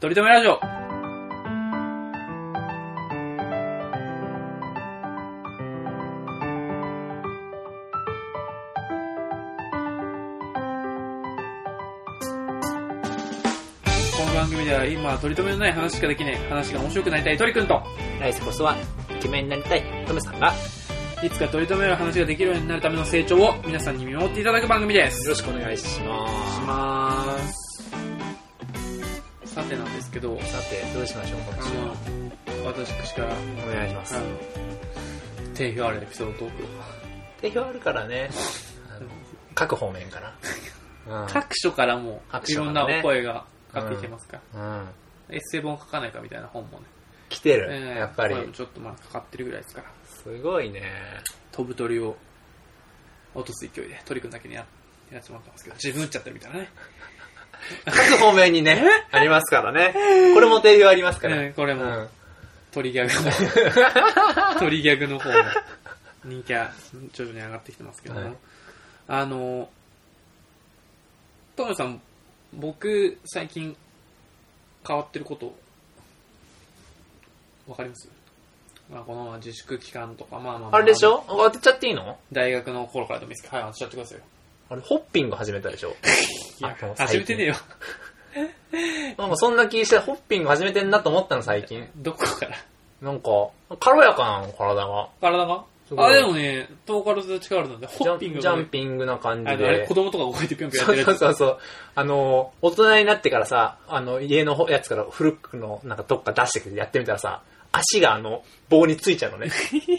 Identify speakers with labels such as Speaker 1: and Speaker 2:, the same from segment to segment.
Speaker 1: とりとめラジオ。この番組では今、とりとめのない話しかできない、話が面白くなりたいとりくんと、
Speaker 2: 来世こそはイケメンになりたいトメさんがよ
Speaker 1: いつかとりとめる話ができるようになるための成長を皆さんに見守っていただく番組です。
Speaker 2: ろしくお願いし
Speaker 1: し
Speaker 2: ま
Speaker 1: ます。さてなんですけど、
Speaker 2: すさてどうしましょう今
Speaker 1: あ
Speaker 2: 週は
Speaker 1: の、私から、
Speaker 2: お願いします
Speaker 1: あの、定評あるエピソードトークを
Speaker 2: 定評あるからねあの各方面からうん
Speaker 1: 各所からも
Speaker 2: 各
Speaker 1: い
Speaker 2: 所
Speaker 1: ろ
Speaker 2: か
Speaker 1: ん
Speaker 2: ら
Speaker 1: な
Speaker 2: ね
Speaker 1: お声がかけてますから、
Speaker 2: うん
Speaker 1: エッセイ本書かないかみたいな本もね、
Speaker 2: 来てる
Speaker 1: えー
Speaker 2: やっぱり
Speaker 1: 声もちょっとまだかかってるぐらいですから、
Speaker 2: すごいね
Speaker 1: 飛ぶ鳥を落とす勢いで鳥くんだけにややってもらってますけど、自分打っちゃってるみたいなね。
Speaker 2: 各方面に ねありますからねこれも定評ありますから
Speaker 1: えーこれも
Speaker 2: うん
Speaker 1: 鳥ギャグ の、鳥ギャグの方も人気は徐々に上がってきてますけども、
Speaker 2: はい
Speaker 1: あの、トムさん、僕最近変わってること、わかりますまあ、このまま自粛期間とか、まあまあまあ
Speaker 2: あれでしょ当てちゃっていいの
Speaker 1: 大学の頃からでもいいですかはい、当てちゃってくださいよ。
Speaker 2: あれホッピング始めた でしょ
Speaker 1: いや
Speaker 2: あでも、最
Speaker 1: 始
Speaker 2: 近
Speaker 1: めてねえよ。
Speaker 2: なんかそんな気してホッピング始めてんなと思ったの最近
Speaker 1: どこから
Speaker 2: なんか軽やかなの体が
Speaker 1: 体が
Speaker 2: すご
Speaker 1: あ、
Speaker 2: い
Speaker 1: でもね、トーカルズ力あるので、ホッピング
Speaker 2: ジャンジャン
Speaker 1: ン
Speaker 2: ピングな感じ
Speaker 1: あ
Speaker 2: で
Speaker 1: の、あれ、子供とか覚えてぴょんぴょんやっ
Speaker 2: そ
Speaker 1: て
Speaker 2: う
Speaker 1: るやつ
Speaker 2: そうそうそう。あの、大人になってからさ、あの、家のほやつから古くの、なんかどっか出してくれてやってみたらさ、足があの、棒についちゃう のね。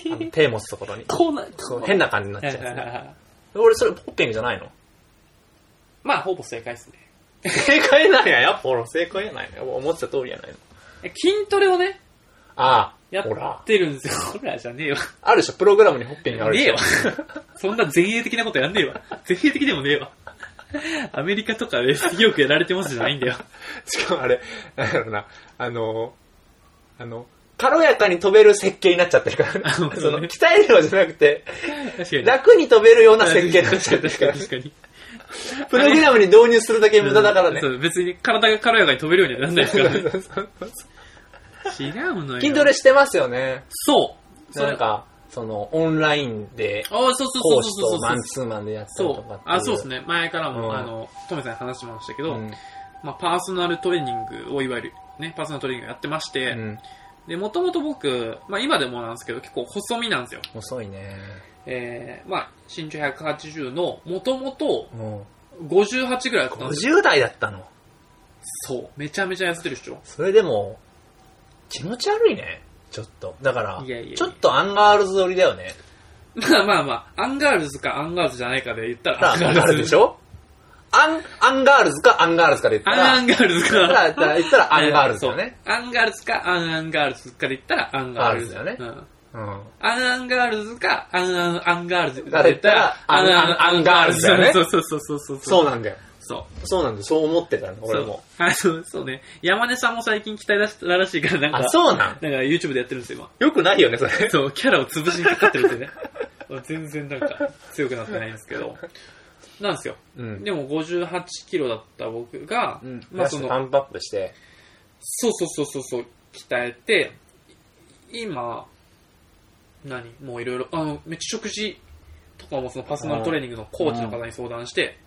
Speaker 2: あの手持つところに。
Speaker 1: こうな、
Speaker 2: そう、変な感じになっちゃうやつね。
Speaker 1: な。
Speaker 2: 俺、それ、ポッピングじゃないの
Speaker 1: まあ、ほぼ正解ですね。
Speaker 2: 正解なんや。やっぱ、ほら、正解やないの。思ってた通りやないの。
Speaker 1: え筋トレをね、
Speaker 2: あ
Speaker 1: や
Speaker 2: あ、ほ
Speaker 1: っ
Speaker 2: ら。
Speaker 1: てるんですよ。ほらじゃねえわ。
Speaker 2: あるでしょ、プログラムにホッピングあるで
Speaker 1: ね
Speaker 2: し
Speaker 1: え
Speaker 2: ょ
Speaker 1: わ。。 そんな前衛的なことやんねえわ。前衛的でもねえわ。アメリカとかでよくやられてますじゃないんだよ。
Speaker 2: しかもあれ、なんやろな、あの、あの、軽やかに飛べる設計になっちゃってるからね。そ
Speaker 1: 本当ね
Speaker 2: の、鍛えるのじゃなくて、
Speaker 1: 確かに。
Speaker 2: 楽に飛べるような設計になっちゃ
Speaker 1: 確
Speaker 2: っ
Speaker 1: か
Speaker 2: て
Speaker 1: に、確か
Speaker 2: るか
Speaker 1: ら に。。確かに
Speaker 2: プログラムに導入するだけ無駄だからね
Speaker 1: そ。う、別に体が軽やかに飛べるようにはなんないですからね。違うのよ。
Speaker 2: 筋トレしてますよね。
Speaker 1: そう。それ
Speaker 2: なんか、その、オンラインで、
Speaker 1: あそうそうそ
Speaker 2: 講
Speaker 1: う
Speaker 2: 師
Speaker 1: そうそ
Speaker 2: と
Speaker 1: う。
Speaker 2: マンツーマンでやったり
Speaker 1: そ
Speaker 2: とか
Speaker 1: う
Speaker 2: って。い
Speaker 1: あ、そうですね。前からも、
Speaker 2: うん
Speaker 1: あの、トメさんに話しましたけ
Speaker 2: う
Speaker 1: ど、
Speaker 2: ん。
Speaker 1: まあ、パーソナルトレーニングをいわゆる、ね、パーソナルトレーニングやってまして、
Speaker 2: うん。
Speaker 1: で、もともと僕、まあ今でもなんですけど、結構細身なんですよ。
Speaker 2: 遅いね。
Speaker 1: えー、まあ身長180の、もともと
Speaker 2: も
Speaker 1: 58ぐらいだっ
Speaker 2: う、
Speaker 1: たんですよ。
Speaker 2: 50代だったの。
Speaker 1: そう。めちゃめちゃ痩せてるっしょ。
Speaker 2: それでも、気持ち悪いね。ちょっと。だから、
Speaker 1: いやいやいや
Speaker 2: ちょっとアンガールズ寄りだよね。
Speaker 1: まあまあまあ、アンガールズかアンガールズじゃないかで言ったら
Speaker 2: アンガールズでし
Speaker 1: ょ
Speaker 2: ょアン、アンガールズかアンガールズかで
Speaker 1: ア
Speaker 2: 言
Speaker 1: ン
Speaker 2: ったら、
Speaker 1: アンガールズ
Speaker 2: だか
Speaker 1: か。
Speaker 2: ら言ったら言ったらアンガールズだよね。
Speaker 1: そう。アンガールズか、アンアンガールズかで言ったらアンガールズ。
Speaker 2: ガールズ
Speaker 1: う
Speaker 2: だ
Speaker 1: ん
Speaker 2: うん。
Speaker 1: アンアンガールズか、アンアンアンガールズ
Speaker 2: が出たら
Speaker 1: アンアンアンガールズだね。
Speaker 2: そ
Speaker 1: そうそうそうそうそう。
Speaker 2: そう
Speaker 1: う。
Speaker 2: なんだよ。
Speaker 1: そう。
Speaker 2: そうなんだよ。そう思ってたの、俺も。
Speaker 1: そう。あ、そう、そうね。山根さんも最近鍛え出したらしいから、なんか、
Speaker 2: あ、そうなん
Speaker 1: なんか YouTube でやってるんですよ、
Speaker 2: よくないよね、それ
Speaker 1: 今。。そう、キャラを潰しにかかってるんでね。 全然なんか、強くなってないんですけど。なんですよ。
Speaker 2: うん。
Speaker 1: でも58キロだった僕が、ま
Speaker 2: ま
Speaker 1: あ
Speaker 2: あ、
Speaker 1: そ
Speaker 2: そ
Speaker 1: の
Speaker 2: の、、パンプアップして。
Speaker 1: そうそうそうそうそう、鍛えて、今、何もういろいろ、あの、めっちゃ食事とかもそのパーソナルトレーニングのコーチの方に相談して、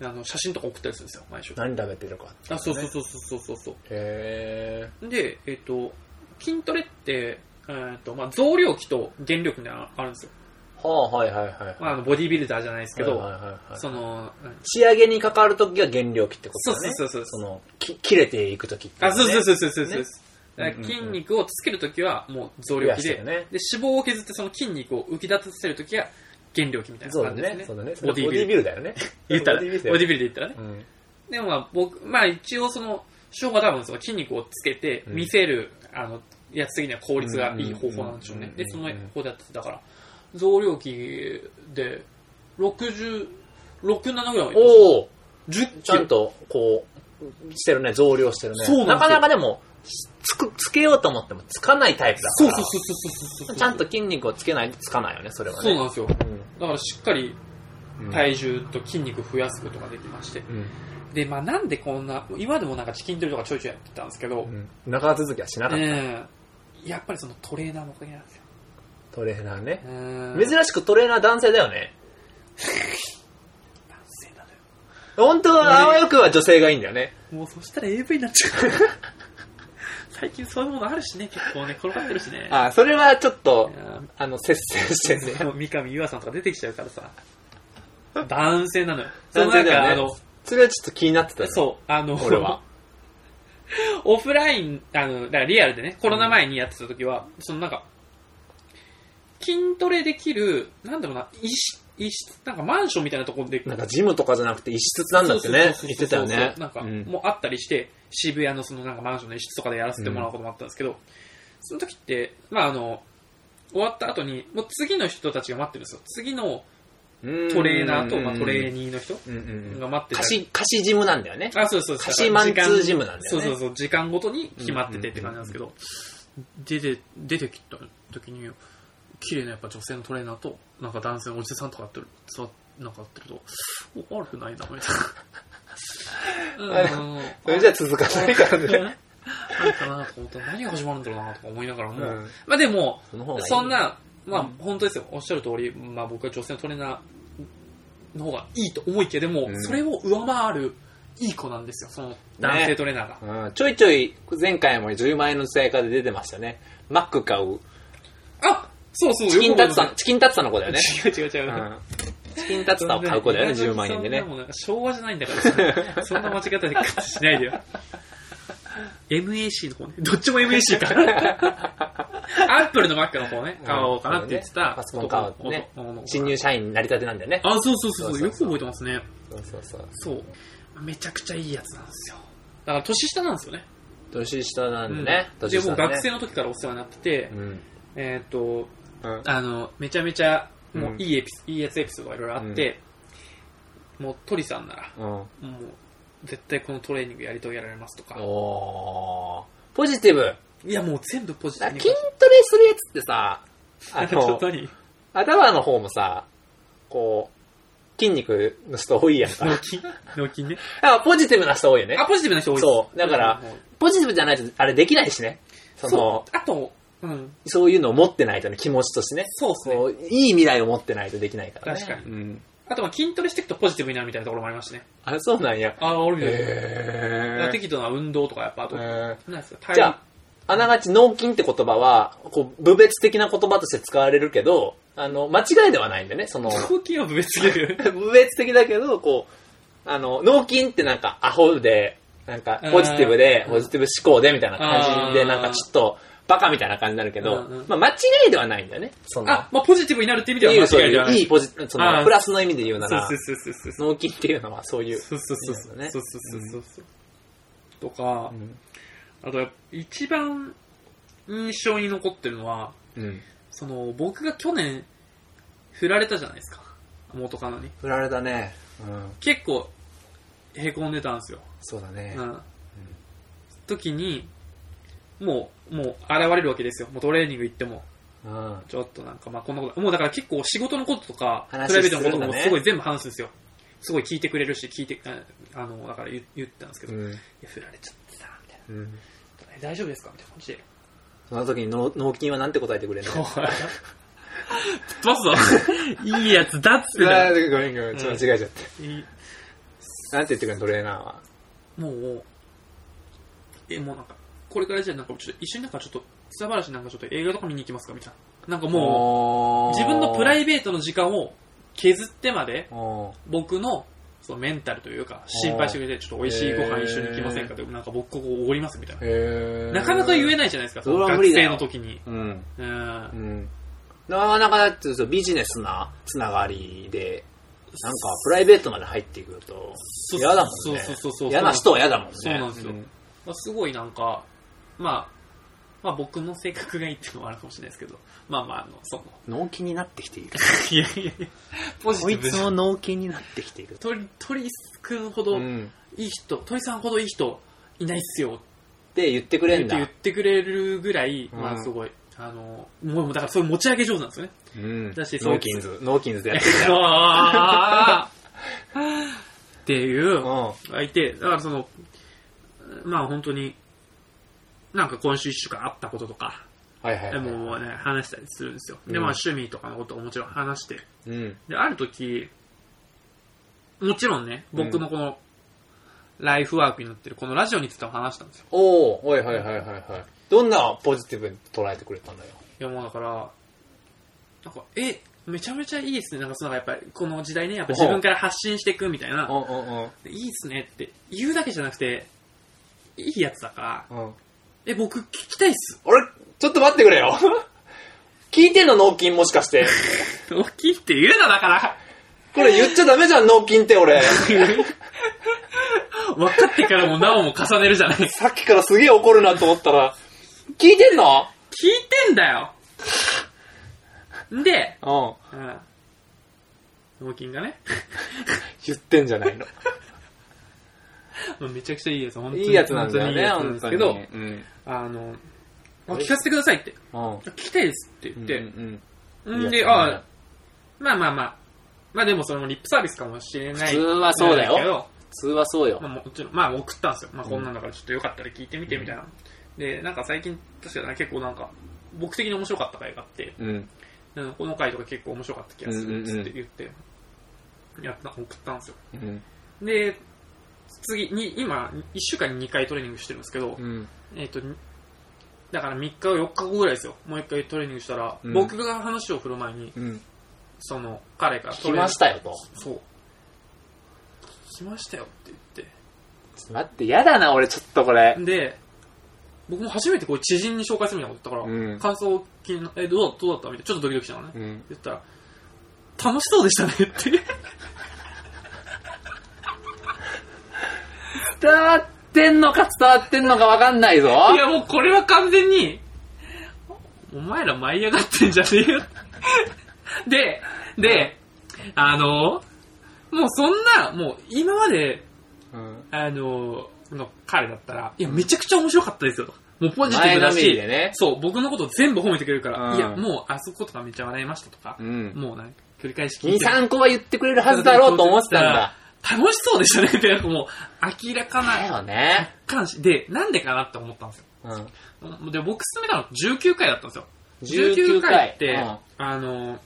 Speaker 1: あの、写真とか送ったりするんですよ、毎週。
Speaker 2: 何食べてるか。
Speaker 1: あ、そうそうそうそうそうそう。
Speaker 2: へ
Speaker 1: で、えっ、と、筋トレって、えっ、と、まあ、増量期と減量期にああるんですよ。
Speaker 2: ー。はあ、はいはいはい。
Speaker 1: まあ、あのボディービルダーじゃないですけど、
Speaker 2: はいはいはいはい
Speaker 1: その、うん
Speaker 2: 仕上げにかかるときが減量期ってこ
Speaker 1: そ
Speaker 2: と
Speaker 1: う
Speaker 2: だ
Speaker 1: そう
Speaker 2: ね。
Speaker 1: そうそう。
Speaker 2: その、き切れていくときってい
Speaker 1: あ、
Speaker 2: の
Speaker 1: そう
Speaker 2: ね
Speaker 1: そうそうそうそうそう
Speaker 2: ね
Speaker 1: だから
Speaker 2: うんうんうん
Speaker 1: 筋肉をつけるときはもう増
Speaker 2: 増
Speaker 1: 量
Speaker 2: 量
Speaker 1: 期
Speaker 2: 期
Speaker 1: で、
Speaker 2: で。ね。
Speaker 1: で、脂肪を削ってその筋肉を浮き立たせるときが減量期みたいな
Speaker 2: そうだ
Speaker 1: 感じです
Speaker 2: ね
Speaker 1: ね。。
Speaker 2: そうだね。
Speaker 1: ボディー
Speaker 2: ボ
Speaker 1: ビ
Speaker 2: ディ
Speaker 1: ル。
Speaker 2: ビルだよね。
Speaker 1: 言ったら、ボ
Speaker 2: ボ
Speaker 1: デ
Speaker 2: デ
Speaker 1: ィビ
Speaker 2: ィビ
Speaker 1: ル
Speaker 2: ル
Speaker 1: で
Speaker 2: だ
Speaker 1: 言
Speaker 2: よ
Speaker 1: ったらね。
Speaker 2: うん。
Speaker 1: でもまあ僕、まあ一応その、昭和多分その筋肉をつけて見せる、あの、やつ的には効率がいい方法なんでしょうね
Speaker 2: う。ん
Speaker 1: で、
Speaker 2: う
Speaker 1: そ
Speaker 2: ん
Speaker 1: の方でやっててだから、増量期で60、6、7ぐらいまで
Speaker 2: おお
Speaker 1: 10
Speaker 2: ち
Speaker 1: キ
Speaker 2: ゃん
Speaker 1: ロ。
Speaker 2: と、こう、してるね。増量してるね。
Speaker 1: そうなんですよ
Speaker 2: なかなかでも、つく、つけようと思ってもつかないタイプだか
Speaker 1: そう
Speaker 2: ら。
Speaker 1: そうそうそうそうそう。
Speaker 2: ちゃんと筋肉をつけないとつかないよね、それはね。
Speaker 1: そうなんですよ。
Speaker 2: う
Speaker 1: だからしっかり
Speaker 2: ん。
Speaker 1: 体重と筋肉増やすことができまして。
Speaker 2: うん。
Speaker 1: で、まあなんでこんな、今までもなんかチキントレとかちょいちょいやってたんですけど、
Speaker 2: うん。長続きはしなかった。
Speaker 1: うん、やっぱりそのトレーナーのおかげなんですよ。
Speaker 2: トレーナーね。
Speaker 1: うん。
Speaker 2: 珍しくトレーナー男性だよね。
Speaker 1: 男性なのよ。
Speaker 2: 本当はあわよくは女性がいいんだよね。
Speaker 1: もうそしたら AV になっちゃう。最近そういうものあるしね、結構ね、転がってるしね。
Speaker 2: あ、それはちょっと
Speaker 1: い、や
Speaker 2: あの、節制してんね。
Speaker 1: ーもう三上優愛さんとか出てきちゃうから さ。男性なのよ。
Speaker 2: 男性だよね
Speaker 1: そのなんか
Speaker 2: それはちょっと気になって
Speaker 1: あ
Speaker 2: たね
Speaker 1: の、そう、あの、
Speaker 2: 俺は。
Speaker 1: オフライン、あの、だからリアルでね、コロナ前にやってた時は、そのなんか、筋トレできる、なんだろうな、一室、一室、なんかマンションみたいなところで、
Speaker 2: なんかジムとかじゃなくて一室なんだって
Speaker 1: そう
Speaker 2: ね
Speaker 1: そうそうそう
Speaker 2: 言ってたよね
Speaker 1: なんか、
Speaker 2: うん
Speaker 1: もうあったりして、渋谷のそのなんかマンションの一室とかでやらせてもらうこともあったんですけど、その時って、まああの、終わった後に、もう次の人たちが待ってるんですよ。次のトレーナーと、まあ、トレーニーの人
Speaker 2: うんうんう
Speaker 1: が
Speaker 2: ん
Speaker 1: 待ってたり
Speaker 2: 貸し貸しジムなんだよね
Speaker 1: あ、そうですそうです。
Speaker 2: 貸しマンツージムなんだよね
Speaker 1: そうそうそう、時間ごとに決まっててって感じなんですけど、出て、出てきた時に、綺麗なやっぱ女性のトレーナーと、なんか男性のおじさんとかやってる、座っなんかやってると、お、悪くないな、みた いな。うん。
Speaker 2: それじゃ続かないからね
Speaker 1: なんかなと思ったら何が始まるんだろうなとか思いながらも、
Speaker 2: うん
Speaker 1: まあでも、
Speaker 2: その方がいい
Speaker 1: そんな、ま
Speaker 2: う
Speaker 1: あ
Speaker 2: ん
Speaker 1: 本当ですよ、おっしゃる通り、まあ僕は女性のトレーナーの方がいいと思いきや、でも、
Speaker 2: うん
Speaker 1: それを上回るいい子なんですよ、その男性トレーナーが。
Speaker 2: うんちょいちょい前回も10万円の伝え方で出てましたねマック買う
Speaker 1: あそうそう、
Speaker 2: チキンタツ
Speaker 1: さ
Speaker 2: タチキンタツタの子だよね、
Speaker 1: 違う違う違う。
Speaker 2: うんチキンタツタを買う子だよね10万円で
Speaker 1: そ
Speaker 2: ね
Speaker 1: んなもうなんか昭和じゃないんだから さ、そんな間違ったり勝しないでよ。MAC の方ね。どっちも MAC か。 アップルの Mac の方ね、買おうかなって言ってた
Speaker 2: パソコン買うってね
Speaker 1: 男の子
Speaker 2: 新入社員になりたてなんだよね
Speaker 1: あ、そうそうそうそう、
Speaker 2: そ
Speaker 1: よ
Speaker 2: うそう
Speaker 1: く
Speaker 2: そう
Speaker 1: 覚えてますね。
Speaker 2: そうそうそう
Speaker 1: そう。めちゃくちゃいいやつなんですよ。だから年下なんですよね。
Speaker 2: 年下なんでね、
Speaker 1: うん
Speaker 2: 年
Speaker 1: で、も
Speaker 2: 下
Speaker 1: う
Speaker 2: だね
Speaker 1: 学生の時からお世話になってて
Speaker 2: う、ん
Speaker 1: えーっと、
Speaker 2: うん
Speaker 1: あの、めちゃめちゃ、もう
Speaker 2: うん
Speaker 1: いいエピ、いいやつエピソードがいろいろあって、もう鳥さんなら、
Speaker 2: うん
Speaker 1: もう、絶対このトレーニングやりとやられますとか。
Speaker 2: おーポジティブ
Speaker 1: いや、もう全部ポジティブ
Speaker 2: 筋
Speaker 1: に。
Speaker 2: トレするやつってさ、あ
Speaker 1: ちょっ
Speaker 2: の
Speaker 1: と、何
Speaker 2: 頭の方もさ、こう、筋肉の人多いやんか。
Speaker 1: 脳 筋脳筋ね。
Speaker 2: だからポジティブな人多いよね
Speaker 1: あ、。ポジティブな人多いです
Speaker 2: そうだから、ポジティブじゃないと、あれできないしね。そ
Speaker 1: そ
Speaker 2: の、
Speaker 1: の
Speaker 2: そ
Speaker 1: あと、うん。
Speaker 2: ういうのを持ってないとね、気持ちとしてね。
Speaker 1: そうっすね
Speaker 2: こういい未来を持ってないとできないからね。
Speaker 1: 確かに
Speaker 2: うん。
Speaker 1: あと、まあ筋トレしていくとポジティブになるみたいなところもありましたね。
Speaker 2: あ、そうなんや。
Speaker 1: ああ、俺みたいな。だから
Speaker 2: へ
Speaker 1: 適度な運動とか、やっぱ、あと、なん
Speaker 2: ー。
Speaker 1: ですか、
Speaker 2: じゃあ、あながち脳筋って言葉は、こう、部別的な言葉として使われるけど、あの、間違いではないんだよね、その。
Speaker 1: 体、脳筋は別に言う。
Speaker 2: 無別的だけど、こう、あの、脳筋ってなんかアホで、なんかポジティブで、
Speaker 1: うん
Speaker 2: ポジティブ思考でみたいな感じで、
Speaker 1: うん
Speaker 2: なんかちょっとバカみたいな感じになるけど
Speaker 1: うんうん、
Speaker 2: まあ間違いではないんだよね。その、
Speaker 1: あ、まあ、ポジティブになるって意味
Speaker 2: い
Speaker 1: では間
Speaker 2: いそう
Speaker 1: 違いではないい。
Speaker 2: いいポジ、そ
Speaker 1: あ
Speaker 2: の、
Speaker 1: ー
Speaker 2: プラスの意味で言うな
Speaker 1: そう
Speaker 2: ら
Speaker 1: そう、そうそうそう。
Speaker 2: 脳筋っていうのはそういう。
Speaker 1: そうそうそうそう。
Speaker 2: いいやつだ
Speaker 1: そ
Speaker 2: ね
Speaker 1: うそうそうそう。とか
Speaker 2: う、ん。
Speaker 1: あとやっぱ一番印象に残ってるのは、
Speaker 2: うん。
Speaker 1: その僕が去年振られたじゃないですか。元カノに。
Speaker 2: 振られたね。うん。
Speaker 1: 結構凹んでたんですよ。
Speaker 2: そうだね
Speaker 1: う。ん。時に、もう、もう現れるわけですよ。もうトレーニング行っても。
Speaker 2: うん。
Speaker 1: ちょっとなんかまあこんなこと。もうだから結構仕事のこととか、プラ
Speaker 2: 話
Speaker 1: イベートのこと
Speaker 2: するん
Speaker 1: も
Speaker 2: だね
Speaker 1: すごい全部話すんですよ。すごい聞いてくれるし、聞いて、ああの、だから言言ってたんですけど、い
Speaker 2: うん
Speaker 1: や振られちゃってさ、みたいな。
Speaker 2: うん。
Speaker 1: え大丈夫ですかみたいな感じ で。
Speaker 2: その時に脳脳筋はなんて答えてくれるの
Speaker 1: どうぞ いいやつだっつって
Speaker 2: うわ
Speaker 1: だよ
Speaker 2: ーごめんごめん、ちょっと間違えちゃっ
Speaker 1: いい
Speaker 2: た。なんて言ってくれるのトレーナーは。
Speaker 1: もう、え、もうなんか、これからじゃあなんかちょっと一緒になんかちょっと、スタバラシなんかちょっと映画とか見に行きますかみたいな。なんかもう、
Speaker 2: も
Speaker 1: 自分のプラ
Speaker 2: イ
Speaker 1: イベートの時間を削ってまで、
Speaker 2: お
Speaker 1: 僕の、そのメンタルというか、心配してくれて、ちょっと美味しいご飯一緒に行きませんかって、なんか僕ここおごりますみたいな。
Speaker 2: へ
Speaker 1: なかなか言え
Speaker 2: い。
Speaker 1: ないじゃないですか、
Speaker 2: それは無
Speaker 1: 学
Speaker 2: 理だ
Speaker 1: 生
Speaker 2: よ
Speaker 1: の時に。
Speaker 2: うん。
Speaker 1: うん
Speaker 2: う。ん。なかなかだってそうビジネスなつながりで、なんかプライベートまで入ってくると、
Speaker 1: そう
Speaker 2: 嫌だもんね。
Speaker 1: そうそうそうそう
Speaker 2: 嫌な人は嫌だもんね。
Speaker 1: そうなんですよまあ、すごいなんか、まあ、まあ僕の性格がいいっていうのもあるかもしれないですけど、まあまあ、あの、その、
Speaker 2: 脳筋になってき ている。
Speaker 1: いやいやいや、ポジテ
Speaker 2: こい
Speaker 1: ィブ
Speaker 2: つ
Speaker 1: な
Speaker 2: も脳筋になってきている。
Speaker 1: 鳥、鳥くんほ
Speaker 2: う
Speaker 1: どい
Speaker 2: ん。
Speaker 1: い人、鳥さんほどいい人いないっすよ
Speaker 2: って言ってく
Speaker 1: っ
Speaker 2: れ
Speaker 1: て
Speaker 2: んだ
Speaker 1: 言っ。てくれるぐらい、
Speaker 2: うん
Speaker 1: まあすごい、あの、もうだからそういう持ち上げ上手なんですよね。
Speaker 2: うん。
Speaker 1: だしそうい
Speaker 2: 脳
Speaker 1: う
Speaker 2: 筋図。脳筋図でやってる。
Speaker 1: ああっていう、
Speaker 2: うん。
Speaker 1: がいて、だからその、まあ本当に、なんか今週一週間あったこととか、
Speaker 2: はいはい、はい。
Speaker 1: もうね、話したりするんですよ。で、
Speaker 2: うん
Speaker 1: まあ趣味とかのことをもちろん話して。
Speaker 2: うん。
Speaker 1: で、ある時、もちろんね、僕のこの、ライフワークになってる、このラジオについても話したんですよ。
Speaker 2: おおはいはいはいはいはい。どんなポジティブに捉えてくれたんだよ。
Speaker 1: いやもうだから、なんか、え、めちゃめちゃいいですね。なんかそのやっぱり、この時代ね、やっぱ自分から発信していくみたいな、
Speaker 2: んうん
Speaker 1: でいいですねって言うだけじゃなくて、いいやつだから、
Speaker 2: うん。うん。
Speaker 1: え、僕聞きたいっす。
Speaker 2: 俺、ちょっと待ってくれよ。 聞いてんの納金もしかして。
Speaker 1: 大きいって言うな、だから。
Speaker 2: これ言っちゃダメじゃん、納金って 俺。
Speaker 1: 分かってからもなおも重ねるじゃない。聞い
Speaker 2: さっきからすげえ怒るなと思ったら、聞いてんの
Speaker 1: てんだよ。で、
Speaker 2: うん。
Speaker 1: うん。脳筋がね、
Speaker 2: 言ってんじゃないの。
Speaker 1: もうめちゃくちゃいいやつ、本当に。
Speaker 2: いいやつなんだよね、
Speaker 1: 本当にいいやつなん
Speaker 2: 本
Speaker 1: で
Speaker 2: 当
Speaker 1: すけ
Speaker 2: に。
Speaker 1: ど、
Speaker 2: うん。
Speaker 1: あの、あ聞かせてくださいって。
Speaker 2: うん。
Speaker 1: 聞きたいですって言っ
Speaker 2: う
Speaker 1: て。
Speaker 2: んうん
Speaker 1: ん
Speaker 2: いい
Speaker 1: で、
Speaker 2: やつなんだ
Speaker 1: あまあまあまあ。まあでもそのリップサービスかもしれない。
Speaker 2: 普通はそうだよ
Speaker 1: けど
Speaker 2: 普通はそうよ
Speaker 1: まあ、。もちろん、まあ、送ったんですよ。まあ、こんなんだから、ちょっとよかったら聞いてみて、みたいな。で、なんか最近、確かね、結構なんか、僕的に面白かった回があって、
Speaker 2: うん。
Speaker 1: うんこの回とか結構面白かった気がする、つって言って、やった、送ったんですよ。
Speaker 2: うん。
Speaker 1: で、次に、今、1週間に2回トレーニングしてるんですけど、
Speaker 2: うん。
Speaker 1: えっ、と、だから3日、4日後ぐらいですよ。もう1回トレーニングしたら、
Speaker 2: うん
Speaker 1: 僕が話を振る前に、
Speaker 2: うん。
Speaker 1: その、彼から
Speaker 2: 来ましたよ、と。
Speaker 1: そう。来ましたよって言って。
Speaker 2: ちょっと待って、やだな、俺ちょっとこれ。
Speaker 1: で、僕も初めてこう知人に紹介するみたいなことだったから、
Speaker 2: うん
Speaker 1: 感想を聞きな、え、どうだどうだったみたいな、ちょっとドキドキしたのね。
Speaker 2: うん。
Speaker 1: 言ったら、楽しそうでしたねって。
Speaker 2: 伝わってんのか伝わってんのかわかんないぞ。
Speaker 1: いやもうこれは完全に、お前ら舞い上がってんじゃねえよ。で、で、あの、もうそんな、もう今まで、
Speaker 2: うん。
Speaker 1: あの、の彼だったら、いやめちゃくちゃ面白かったですよと。もうポジティブだ
Speaker 2: 前のめり
Speaker 1: し、
Speaker 2: でね
Speaker 1: そう、僕のことを全部褒めてくれるから、
Speaker 2: うん
Speaker 1: いや、もうあそことかめっちゃ笑いましたとか、
Speaker 2: うん。
Speaker 1: もうなんか、繰り返し聞
Speaker 2: 2、
Speaker 1: いて。
Speaker 2: 3個は言ってくれるはずだろうと思ってたんだ。。
Speaker 1: 楽しそうでしたねって、なんかもう、明らか
Speaker 2: だ
Speaker 1: な
Speaker 2: よね。
Speaker 1: 感心。で、なんでかなって思ったんです
Speaker 2: うん。
Speaker 1: よ。で、僕進めたの19回だったんですよ。
Speaker 2: 19
Speaker 1: 19
Speaker 2: 回
Speaker 1: 回って、
Speaker 2: うん
Speaker 1: あの、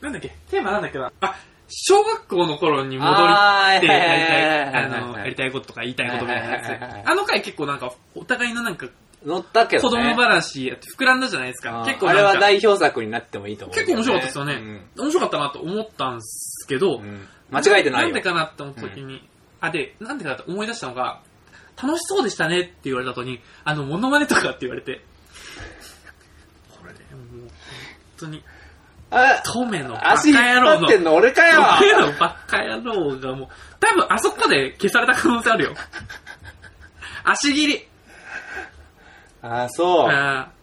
Speaker 1: なんだっけ、テーマなんだっけな。あ、小学校の頃に戻り
Speaker 2: あ
Speaker 1: って
Speaker 2: ー
Speaker 1: や
Speaker 2: はい
Speaker 1: り
Speaker 2: はい
Speaker 1: た
Speaker 2: はい
Speaker 1: い、
Speaker 2: はい
Speaker 1: あの、やりたいこととか言いたいことみたいな
Speaker 2: はいはいはいは
Speaker 1: や
Speaker 2: い
Speaker 1: つ。あの回結構なんか、お互いのなんか、
Speaker 2: 乗ったけど
Speaker 1: 子
Speaker 2: ね。
Speaker 1: 供話やって膨らんだじゃないです
Speaker 2: う
Speaker 1: か
Speaker 2: ん。
Speaker 1: 結構な
Speaker 2: あ
Speaker 1: ん
Speaker 2: れ
Speaker 1: か
Speaker 2: は代表作になってもいいと思うけ
Speaker 1: 結
Speaker 2: ど
Speaker 1: 構面
Speaker 2: ね。
Speaker 1: 白かったですよね。面白かったなと思ったんですけど、
Speaker 2: うん。うん間違えてない
Speaker 1: んで
Speaker 2: よ。
Speaker 1: かなって思った時に、あ、で、なんでかなって思い出したのが、楽しそうでしたねって言われた後に、あの、モノマネとかって言われて、これね、もう、本当に、
Speaker 2: あ、
Speaker 1: トメのバカ
Speaker 2: 足引っ
Speaker 1: 野郎
Speaker 2: 張
Speaker 1: の、
Speaker 2: ってんの俺か
Speaker 1: トメ
Speaker 2: よ。
Speaker 1: のバカ野郎がもう、多分あそこで消された可能性あるよ。足切り。
Speaker 2: あ、そう。
Speaker 1: あー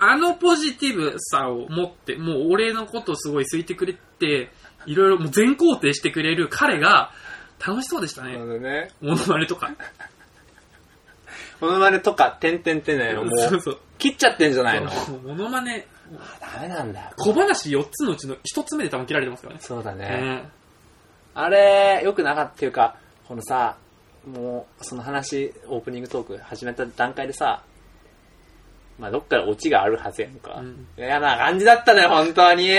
Speaker 1: あのポジティブさを持って、もう俺のことをすごい好いてくれて、いろいろもう全肯定してくれる彼が、楽しそうでした
Speaker 2: な
Speaker 1: ね
Speaker 2: る。ほどね。
Speaker 1: モノマネとか。
Speaker 2: モノマネとか、てんてんてんだよ。も
Speaker 1: そう
Speaker 2: う、
Speaker 1: そう。
Speaker 2: 切っちゃってんじゃないの。
Speaker 1: モノマネ、
Speaker 2: ダメなんだ。
Speaker 1: 小話4つのうちの1つ目で多分切られてますからね。
Speaker 2: そうだね。
Speaker 1: ね
Speaker 2: あれ、よくなかったっていうか、このさ、もう、その話、オープニングトーク始めた段階でさ、まあ、どっかでオチがあるはずやんか。
Speaker 1: うん
Speaker 2: 嫌な感じだったね、本当に。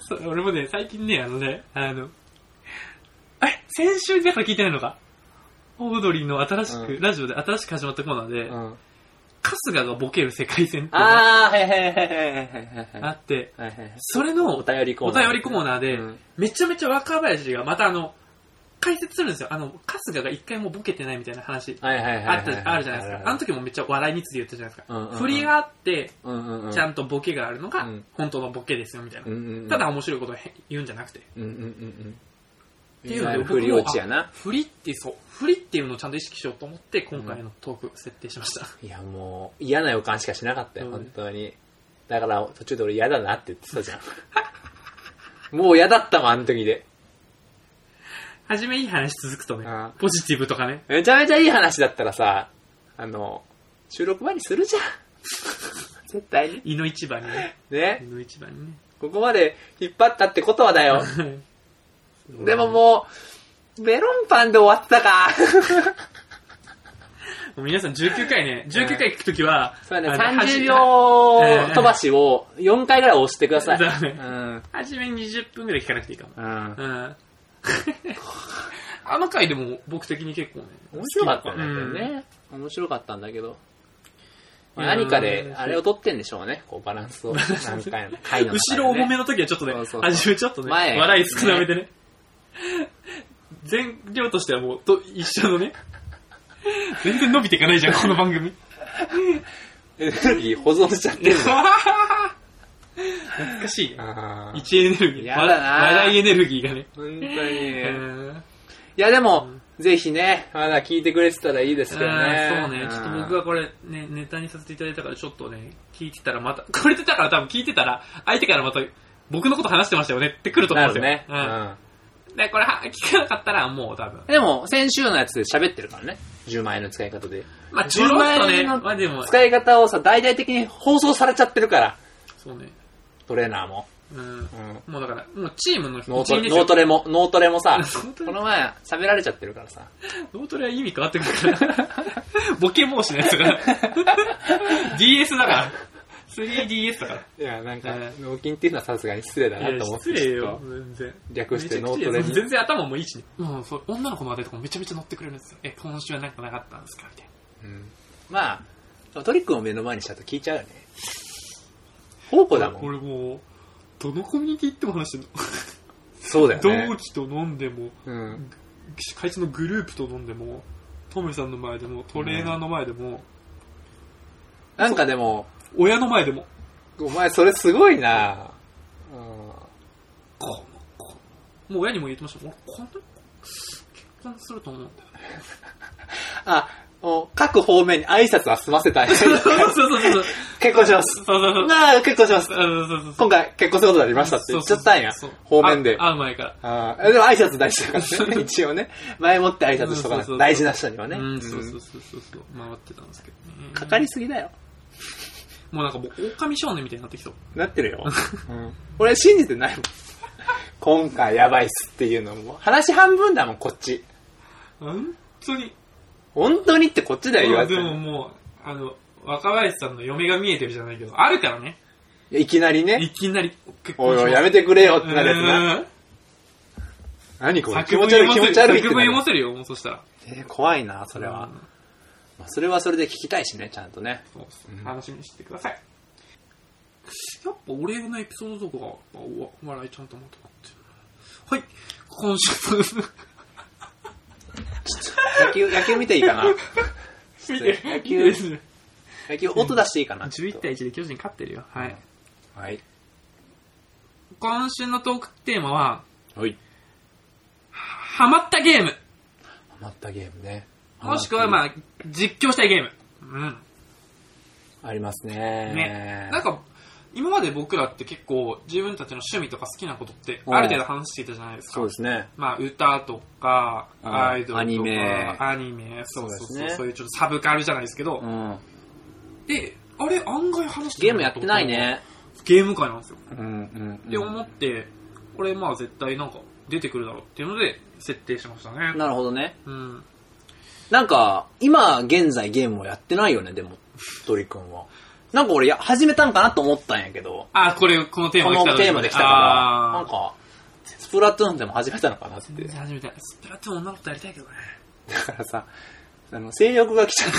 Speaker 1: そう俺もね、最近ね、あのね、あの、あれ先週だから聞いてないのかオードリーの新しく、
Speaker 2: うん
Speaker 1: ラジオで新しく始まったコーナーで、
Speaker 2: うん。
Speaker 1: 春日がボケる世界線っていうのが
Speaker 2: あー、はいはいはいはいはい
Speaker 1: あ
Speaker 2: はい。
Speaker 1: って、
Speaker 2: はいはい
Speaker 1: それの
Speaker 2: お便りコーナー。
Speaker 1: お便りコーナーで
Speaker 2: うん
Speaker 1: めちゃめちゃ若林がまたあの、解説するんですよ。あの、春日が一回もボケてないみたいな話、
Speaker 2: はいはいはいはい。
Speaker 1: あったじゃあるじゃないですか。あの時もめっちゃ笑いについて言ったじゃないですか。
Speaker 2: の
Speaker 1: 振りがあって、
Speaker 2: うんうんうん、
Speaker 1: ちゃんとボケがあるのが
Speaker 2: うん、
Speaker 1: 本当のボケですよ、みたいな
Speaker 2: うん。うんうん、
Speaker 1: ただ面白いことをへ言うんじゃなくて。
Speaker 2: うんうんうんうん。
Speaker 1: ていうので
Speaker 2: わゆる振り落ちやな。
Speaker 1: 振りって、そう、振りっていうのをちゃんと意識しようと思って、今回のトーク設定しました。
Speaker 2: いやもう嫌な予感しかしなかったよ、
Speaker 1: うん
Speaker 2: 本当にだから途中で俺嫌だなって言ってたじゃん もう嫌だったもんあの時で
Speaker 1: はじめいい話続くとね
Speaker 2: うん、
Speaker 1: ポジティブとかね。
Speaker 2: めちゃめちゃいい話だったらさあの収録前にするじゃん 絶対に
Speaker 1: 胃の一番にね。
Speaker 2: ね
Speaker 1: 胃の一番に
Speaker 2: ここまで引っ張ったってことはだよ
Speaker 1: ね。
Speaker 2: でももうメロンパンで終わったか。
Speaker 1: もう皆さん19回ね、19回聞くときは、
Speaker 2: そうだね、
Speaker 1: あの
Speaker 2: 30秒
Speaker 1: ええ
Speaker 2: 飛ばしを4回ぐらい押してください。
Speaker 1: そうだね
Speaker 2: うん。
Speaker 1: はじめに20分ぐらい聞かなくていいかも。
Speaker 2: うん
Speaker 1: う。 ん。あの回でも僕的に結構ね。
Speaker 2: 面白かったんだけど
Speaker 1: うん
Speaker 2: ね。面白かったんだけど。
Speaker 1: い
Speaker 2: ま
Speaker 1: や
Speaker 2: あ
Speaker 1: ー
Speaker 2: 何かで、あれを取ってんでしょうね。こう、バランスを。何回の回の中
Speaker 1: 後
Speaker 2: でね。
Speaker 1: ろ重 めの時はちょっとね、
Speaker 2: そうそうそう
Speaker 1: 味をちょっとね、
Speaker 2: 前
Speaker 1: 笑い少なめでね。全量としてはもう、と一緒のね。全然伸びていかないじゃん、この番組。
Speaker 2: エネルギー保存しちゃってるの。
Speaker 1: 懐かしいね。
Speaker 2: あー
Speaker 1: 位エネルギー。
Speaker 2: やだな
Speaker 1: 笑いエネルギーがね。
Speaker 2: 本当に
Speaker 1: う
Speaker 2: ね。
Speaker 1: ん
Speaker 2: いや、でも、ぜひね、まだ聞いてくれてたらいいですけどね。
Speaker 1: うんそうね。ちょっと僕
Speaker 2: は。
Speaker 1: はこれ、ね、ネタにさせていただいたから、ちょっとね、聞いてたらまた、これてたから多分聞いてたら、相手からまた、僕のこと話してましたよねってくると思
Speaker 2: な
Speaker 1: うんで
Speaker 2: る
Speaker 1: すよ。
Speaker 2: ね。う
Speaker 1: うん
Speaker 2: ん。
Speaker 1: で、これは聞かなかったら、もう多分。
Speaker 2: でも、先週のやつで喋ってるからね。10万円の使い方で。
Speaker 1: まあ、ちょ
Speaker 2: 10
Speaker 1: ろ
Speaker 2: 万
Speaker 1: っとね、
Speaker 2: 円
Speaker 1: まあでも
Speaker 2: の、使い方をさ、大々的に放送されちゃってるから、
Speaker 1: そうね。
Speaker 2: トレーナーも。
Speaker 1: うん。
Speaker 2: うん
Speaker 1: もうだから、もうチームの一
Speaker 2: 脳ト
Speaker 1: 員
Speaker 2: レ
Speaker 1: です
Speaker 2: 脳
Speaker 1: よ
Speaker 2: ト。レも、脳トレもさ
Speaker 1: 脳、ト
Speaker 2: こ
Speaker 1: レ
Speaker 2: の前喋られちゃってるからさ。
Speaker 1: 脳トレは意味変わってくるから。 ボケ防止のやつが。DS だから。3DS だから。
Speaker 2: いや、なん
Speaker 1: か
Speaker 2: 脳筋っていうのはさすがに失礼だ
Speaker 1: いや、失礼よ、全然。
Speaker 2: 略して
Speaker 1: めちゃくちゃ
Speaker 2: 脳トレに
Speaker 1: 全然頭もいいしね。うん、そう、女の子の話題とかもめちゃめちゃ乗ってくれるんですよ。え、今週はなんかなかったんですかみたい
Speaker 2: まあ、トリックを目の前にしちゃうと聞いちゃうよね。宝庫だ
Speaker 1: な。
Speaker 2: もん。
Speaker 1: 俺もう、どのコミュニティ行っても話してる
Speaker 2: そうだよ
Speaker 1: の。
Speaker 2: ね
Speaker 1: 同。期と飲んでも、
Speaker 2: うん。
Speaker 1: 会社のグループと飲んでも、トムさんの前でも、トレーナーの前でも、
Speaker 2: なんかでも、
Speaker 1: 親の前でも、
Speaker 2: お前それすごいなうん。
Speaker 1: この子、もう親にも言ってましたもん、俺、この子、結婚すると思うんだよ。
Speaker 2: あ、もう各方面に挨拶は済ませ たい。
Speaker 1: そうそうそうそう。
Speaker 2: 結婚し ます。
Speaker 1: そうそうそう。
Speaker 2: なあ、結婚します。
Speaker 1: そうそうそう。
Speaker 2: 今回結婚することになりましたって言っちゃったんや
Speaker 1: そうそう。そう
Speaker 2: 方面で。
Speaker 1: あ会う前から。
Speaker 2: ああでも挨拶大事 だからね。一応ね。前もって挨拶しとかな
Speaker 1: そうそうそうそ
Speaker 2: いう大事な人にはね。
Speaker 1: うん、そう
Speaker 2: う
Speaker 1: そ
Speaker 2: ん
Speaker 1: うそうそうそう。回ってたんですけどね。
Speaker 2: かかりすぎだよ。
Speaker 1: もうなんかもう、狼少年みたいになってきそう。
Speaker 2: なって るよ。俺信じてないもん。今回やばいっすっていうのも。話半分だもん、こっち。
Speaker 1: 本当に。
Speaker 2: 本当にってこっちだよ、言われて
Speaker 1: で
Speaker 2: も
Speaker 1: ももう、あの、若林さんの嫁が見えてるじゃないけど、あるからね。
Speaker 2: いやいきなりね。
Speaker 1: いきなり結
Speaker 2: おいおい、
Speaker 1: しま
Speaker 2: や
Speaker 1: す
Speaker 2: めてくれよってなるやつな。
Speaker 1: うん
Speaker 2: 何これ気
Speaker 1: 作
Speaker 2: 持
Speaker 1: 文
Speaker 2: ち悪
Speaker 1: 読
Speaker 2: い、
Speaker 1: ま
Speaker 2: 気
Speaker 1: せ
Speaker 2: 持
Speaker 1: る
Speaker 2: ち悪いって
Speaker 1: 作文読
Speaker 2: なる
Speaker 1: ませるよ、もうそしたら。
Speaker 2: えー怖いな、それは
Speaker 1: う。ん
Speaker 2: まあそれはそれで聞きたいしね、ちゃんとね。
Speaker 1: そうです
Speaker 2: うん
Speaker 1: 楽しみにしてください。やっぱ俺のエピソードとか、やっぱおお笑いちゃんとまとまってる。はい、今週の
Speaker 2: 野球、野球見てい いかな
Speaker 1: 見
Speaker 2: て
Speaker 1: て、見てですね。
Speaker 2: 野球音出していいかな
Speaker 1: 11対1で巨人勝ってるよ。はい。
Speaker 2: はい。
Speaker 1: 今週のトークテーマは、
Speaker 2: はい。
Speaker 1: ハマったゲーム。
Speaker 2: ハマったゲームね。
Speaker 1: もしくは、まあ、実況したいゲーム。うん。
Speaker 2: あ。ありますね。
Speaker 1: ね。なんか、今まで僕らって結構自分たちの趣味とか好きなことってある程度話していたじゃないですか。
Speaker 2: そうですね。
Speaker 1: まあ、歌とか、
Speaker 2: うん
Speaker 1: アイドルとか、
Speaker 2: アニメ
Speaker 1: アニメ、そうそうそう、
Speaker 2: そうですね
Speaker 1: そういうちょっとサブカルじゃないですけど、
Speaker 2: うん。
Speaker 1: で、あれ案外話して
Speaker 2: ゲームやってない。ね。
Speaker 1: ゲーム界なんですよ。
Speaker 2: うんうん
Speaker 1: って思って、これまあ絶対なんか出てくるだろうっていうので、設定しましたね。
Speaker 2: なるほどね。
Speaker 1: うん。
Speaker 2: なんか、今現在ゲームをやってないよね、でも、鳥くんは。なんか俺や、始めたんかなと思ったんやけど、
Speaker 1: あ、これ、このテー
Speaker 2: こ
Speaker 1: マで来た
Speaker 2: のテーマで来たから、なん
Speaker 1: あ
Speaker 2: か、スプラトゥーンでも始めたのかなっ
Speaker 1: ー
Speaker 2: て。
Speaker 1: 初めて、スプラトゥーン女の子とやりたいけどね。
Speaker 2: だからさ、あの、性欲が来ちゃって、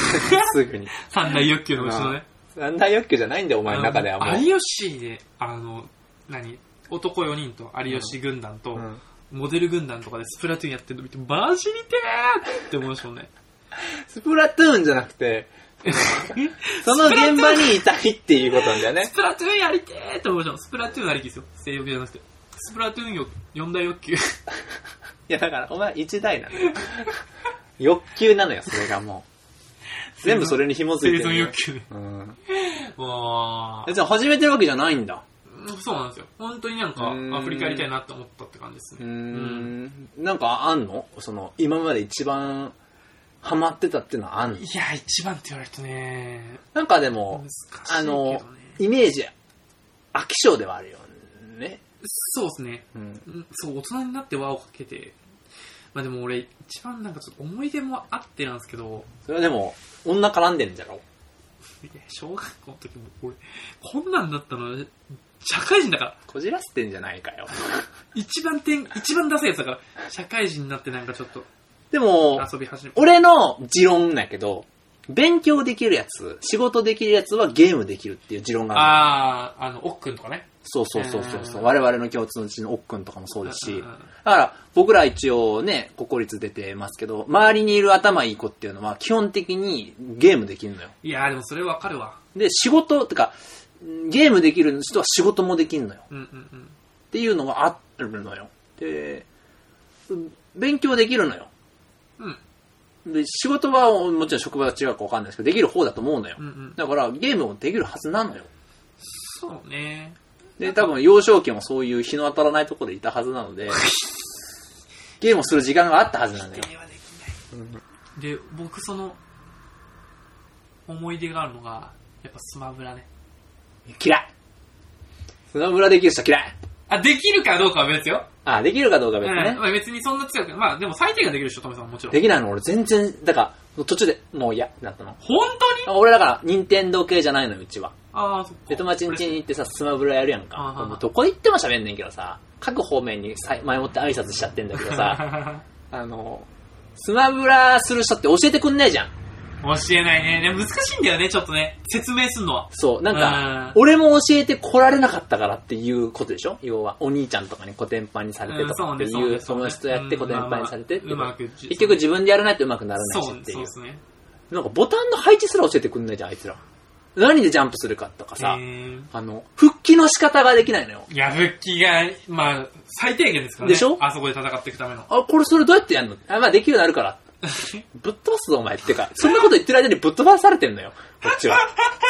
Speaker 2: すぐに。
Speaker 1: 三大欲求のうちのね。
Speaker 2: 三大欲求じゃないんだよ、お前の中ではも
Speaker 1: あの
Speaker 2: う。
Speaker 1: 有吉で、あの、何男4人と有吉軍団と、
Speaker 2: うん
Speaker 1: モデル軍団とかでスプラトゥーンやってるの見て、マジ見てーって思いましたもんね。
Speaker 2: スプラトゥーンじゃなく て、その現場にいたいっていうことなんだよね
Speaker 1: ス。プラトゥーンやりてーって思いましたもん。スプラトゥーンありきですよ。性欲じゃなくて。スプラトゥーンよ4大欲求。
Speaker 2: いや、だから、お前一大なのよ。 欲求なのよ、それがも う。全部それに紐づ
Speaker 1: 生
Speaker 2: いて
Speaker 1: 存
Speaker 2: るよ
Speaker 1: 欲。求ね。
Speaker 2: うん。
Speaker 1: わー
Speaker 2: 別に始めてるわけじゃないんだ。
Speaker 1: そうなんですよ。本当になんか
Speaker 2: うーん
Speaker 1: アフリカやりたいなって思ったって感じです
Speaker 2: うー
Speaker 1: ね。
Speaker 2: ん。なんかあんのその、今まで一番ハマってたっていうのはあんの
Speaker 1: いや、一番って言われるとね、
Speaker 2: なんかで
Speaker 1: 難
Speaker 2: も
Speaker 1: し、いけど
Speaker 2: あ
Speaker 1: ね
Speaker 2: の。、イメージ、飽き性ではあるよね。
Speaker 1: そうですね。
Speaker 2: うん。
Speaker 1: うんそう、大人になって輪をかけて、まあでも俺、一番なんかちょっと思い出もあってなんですけど、
Speaker 2: それはでも、女絡んでんじゃろ
Speaker 1: いや小学校の時も俺、こんなんだったの、社会人だから、
Speaker 2: こじらせてんじゃないかよ。
Speaker 1: 一番点、一番ダサいやつだから、社会人になってなんかちょっと
Speaker 2: でも、
Speaker 1: 遊び始め、
Speaker 2: 俺の持論だけど、勉強できるやつ、仕事できるやつはゲームできるっていう持論がある。
Speaker 1: ああ、あの、おっくんとかね。
Speaker 2: そうそうそうそうそう
Speaker 1: ん
Speaker 2: う。我々の共通のうちの奥くんとかもそうで
Speaker 1: う
Speaker 2: す
Speaker 1: ん
Speaker 2: し
Speaker 1: うんうん。
Speaker 2: だから、僕ら一応ね、国立出てますけど、周りにいる頭いい子っていうのは、基本的にゲームできるのよ。
Speaker 1: いやーでもそれわかるわ。
Speaker 2: で、仕事、てか、ゲームできる人は仕事もできるのよ。
Speaker 1: うんうんうん。
Speaker 2: っていうのがあるのよ。で、勉強できるのよ。
Speaker 1: うん
Speaker 2: で、仕事はもちろん職場が違うかわかんないですけど、できる方だと思うのよ
Speaker 1: う。んうん。
Speaker 2: だから、ゲームもできるはずなのよ。
Speaker 1: そうね。
Speaker 2: で、多分幼少期もそういう日の当たらないところでいたはずな ので、ゲームをする時間があったはずなの
Speaker 1: 否
Speaker 2: よ。
Speaker 1: 定はできない。で、僕その、思い出があるのが、やっぱスマブラね。
Speaker 2: 嫌いスマブラできる人嫌い
Speaker 1: あ、できるかどうかは別よ。
Speaker 2: あ、できるかどうかは別に
Speaker 1: うん
Speaker 2: ね。
Speaker 1: まあ別にそんな強く、まあでも最低限できるでしょ、トメさんはもちろん。
Speaker 2: できないの俺全然、だから、途中でもう嫌ってなったの。
Speaker 1: 本当に
Speaker 2: 俺だから、任天堂系じゃないのよ、うちは。
Speaker 1: ああ、そっか。
Speaker 2: で、友達ん家に行ってさ、スマブラやるやんか。
Speaker 1: あは
Speaker 2: もうどこ行っても喋んねんけどさ、各方面にさ前もって挨拶しちゃってんだけど さ、
Speaker 1: さ。
Speaker 2: あの、スマブラする人って教えてくんないじゃん。
Speaker 1: 教えないね。でも難しいんだよね、ちょっとね。説明すんのは。
Speaker 2: そう、なん
Speaker 1: うん
Speaker 2: か、俺も教えてこられなかったからっていうことでしょ要は、お兄ちゃんとかにコテンパンにされてとかって
Speaker 1: うんそうねそう
Speaker 2: い
Speaker 1: ね
Speaker 2: う、その人やってコテンパンにされてっていう
Speaker 1: うんまあまあうまく
Speaker 2: 結局自分でやらないとうまくならないし
Speaker 1: そう
Speaker 2: っ、てい
Speaker 1: そう
Speaker 2: う
Speaker 1: で。すね。
Speaker 2: なんかボタンの配置すら教えてくんないじゃん、あいつら。何でジャンプするかとかさ
Speaker 1: え、ー
Speaker 2: あの、復帰の仕方ができないのよ。
Speaker 1: いやぶきが、まあ、最低限ですからね。
Speaker 2: でしょ
Speaker 1: あそこで戦っていくための。
Speaker 2: あ、これそれどうやってやんのあ、まあできるようにな るから。ぶっ飛ばすぞ、お前ってか。そんなこと言ってる間にぶっ飛ばされてんのよ。こっちは。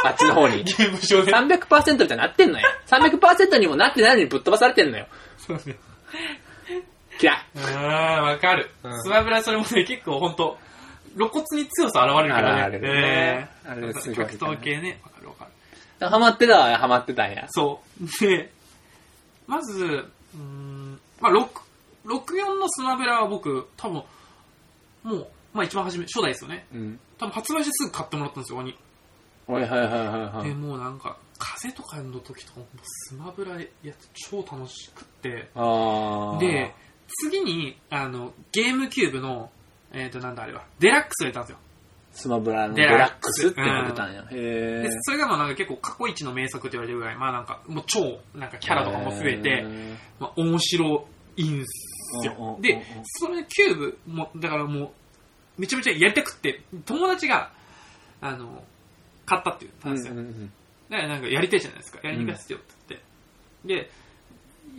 Speaker 2: あっちの方に
Speaker 1: ゲ。ーム上で。
Speaker 2: 300%みたいになってんのよ。300%にもなってないのにぶっ飛ばされてんのよ。
Speaker 1: そうね。
Speaker 2: 嫌い。
Speaker 1: あー、わかる
Speaker 2: う。ん
Speaker 1: スマブラそれもね、結構ほんと、露骨に強さ現れるからね。
Speaker 2: 現れるね
Speaker 1: えー
Speaker 2: あれすごい
Speaker 1: 格闘系ね。わかるわかる。
Speaker 2: ハマってたわよ、ハマってたんや。
Speaker 1: そう。で、まず、うーん、まあ、6 64のスマブラは僕、多分、もう、まあ一番初め、初代ですよね。
Speaker 2: うん。
Speaker 1: 多分発売してすぐ買ってもらったんですよ、鬼。
Speaker 2: はいはいはいはいは
Speaker 1: で、
Speaker 2: い。
Speaker 1: もうなんか、風とかの時とかもスマブラやって超楽しくって。
Speaker 2: あー。
Speaker 1: で、次に、あの、ゲームキューブの、えっ、と、なんだあれは、デラックスを入れたんですよ。
Speaker 2: スマブラの
Speaker 1: デ
Speaker 2: デ
Speaker 1: ラ
Speaker 2: ラ
Speaker 1: ッ
Speaker 2: ッ
Speaker 1: ク
Speaker 2: ク
Speaker 1: ス
Speaker 2: スってなってたんや。へ
Speaker 1: で、それがもうなんか結構過去一の名作と言われるぐらい、まあなんか、もう超、なんかキャラとかも増えて、まあ、面白いんす
Speaker 2: うんうんうん
Speaker 1: よ
Speaker 2: う。ん
Speaker 1: で、それでキューブも、だからもう、めちゃめちゃやりたくって、友達が、あの、買ったって言ったんですよ。だからなんかやりたいじゃないですか。やりに行かせてよって言って。で、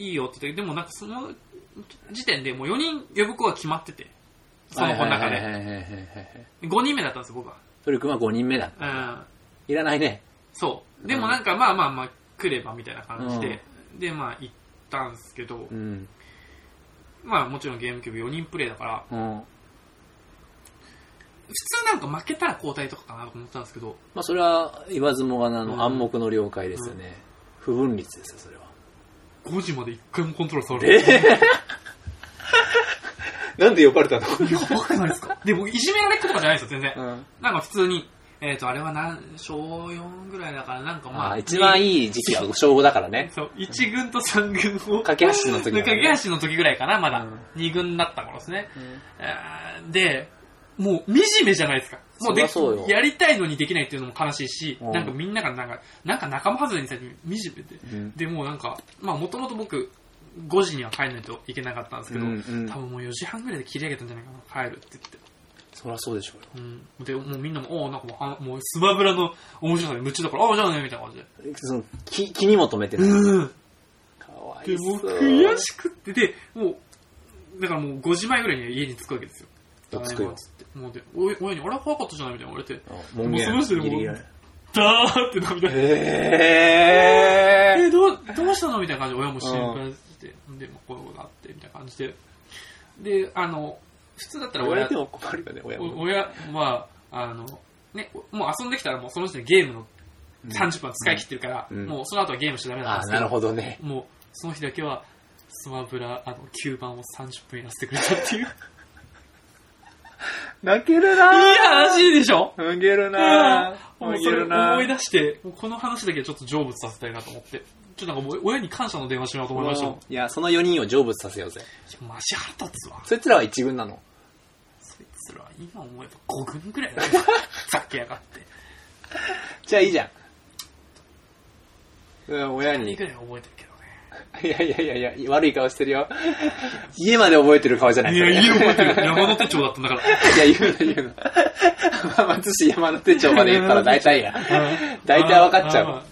Speaker 1: いいよって言って、でもなんかその時点でもう4人呼ぶ子が決まってて、その子の中で。
Speaker 2: で。
Speaker 1: 5人目だったんです、僕は。
Speaker 2: トリ君は5人目だ。
Speaker 1: うん。
Speaker 2: いらないね。
Speaker 1: そう。でもなんかまあまあまあ来ればみたいな感じで、でまあ行ったんですけど
Speaker 2: う、ん。
Speaker 1: まあもちろんゲームキューブ4人プレイだから、
Speaker 2: うん。
Speaker 1: 普通なんか負けたら交代とかかなと思ったんですけど、
Speaker 2: まあそれは言わずもがな
Speaker 1: うん
Speaker 2: の暗黙の了解ですよね。不分率ですよ、それは。
Speaker 1: 5時まで一回もコントロールされて
Speaker 2: え なんで呼ばれたの
Speaker 1: い や、わかんないですか。で、僕、いじめられっ子とかじゃないですよ、全然。
Speaker 2: うん
Speaker 1: なんか普通に、えっ、と、あれは何、小4ぐらいだから、なんかまあ。
Speaker 2: あー一番
Speaker 1: い。
Speaker 2: いい時期は小5だからね。
Speaker 1: そう、1軍と3軍を。
Speaker 2: 架け橋の時だね
Speaker 1: 架け橋の時ぐらいかな、まだ。
Speaker 2: うん
Speaker 1: 2軍だった頃ですね。あーで、もう、惨めじゃないですか。もで
Speaker 2: そりゃそうよ
Speaker 1: やりたいのにできないっていうのも悲しいし、
Speaker 2: うん
Speaker 1: なんかみんながなんか、なんか仲間外れにされて惨めで。
Speaker 2: うん
Speaker 1: でもうなんか、まあもともと僕、5時には帰んないといけなかったんですけど、
Speaker 2: うんうん
Speaker 1: 多分もう4時半ぐらいで切り上げたんじゃないかな、帰るって言って。
Speaker 2: そりゃそうでしょうよ。
Speaker 1: うん、で、もうみんなも、おーなんかもうあ、もうスマブラの面白さに夢中だから、ああ、じゃあね、みたいな感じで。
Speaker 2: その気気にも留めてない。
Speaker 1: うん。
Speaker 2: かわ
Speaker 1: で、
Speaker 2: い
Speaker 1: もう
Speaker 2: そう。
Speaker 1: 悔しくって、で、もう、だからもう5時前ぐらいには家に着くわけですよ。
Speaker 2: どつくよ
Speaker 1: ただいまっつってもうで、おい親に、あれ早かったじゃないみたいな言われて、
Speaker 2: うん門限
Speaker 1: もうその人でも
Speaker 2: ギリギリだね
Speaker 1: だーって涙が。
Speaker 2: へ
Speaker 1: え
Speaker 2: ー
Speaker 1: ー、どう、どうしたのみたいな感じで、親も心配して、で、まあ、こういうことがあって、みたいな感じで。で、あの、普通だったら
Speaker 2: 言わ
Speaker 1: 親
Speaker 2: れても困るよね、親
Speaker 1: お
Speaker 2: も。
Speaker 1: 親は、あの、ね、もう遊んできたらもうその時点でゲームの30分は使い切ってるから、
Speaker 2: うん
Speaker 1: もうその後はゲームしちゃダメなん
Speaker 2: あ
Speaker 1: で
Speaker 2: あ、
Speaker 1: すけ
Speaker 2: な
Speaker 1: ど、
Speaker 2: るほどね。
Speaker 1: もうその日だけは、スマブラ、あの、9番を30分やらせてくれたっていう。
Speaker 2: 泣けるないぁ
Speaker 1: や、マジでしょ
Speaker 2: 泣ける
Speaker 1: あ
Speaker 2: な
Speaker 1: あ
Speaker 2: ぁ
Speaker 1: もう
Speaker 2: 泣
Speaker 1: そ
Speaker 2: け
Speaker 1: れ
Speaker 2: るな
Speaker 1: 思い
Speaker 2: ぁ
Speaker 1: 出して、もうこの話だけはちょっと成仏させたいなと思って。ちょっとなんかもう親に感謝の電話しようと思いましたもん。い
Speaker 2: いや、その4人を成仏させようぜ。
Speaker 1: や、マジ腹立つわ。
Speaker 2: そいつらは一軍なの。
Speaker 1: そいつら、今思えば5軍ぐらい だよざっけやがって。
Speaker 2: じゃあいいじゃん。うん、親に。
Speaker 1: い
Speaker 2: い
Speaker 1: くら覚えてるけどね。
Speaker 2: やいやいやいや、悪い顔してるよ。家まで覚えてる顔じゃない。
Speaker 1: いや、家を覚えてる。山手町だったんだから。
Speaker 2: いや、言うな、言うな。松市山の手帳まで言ったら大体や。大体分かっちゃう。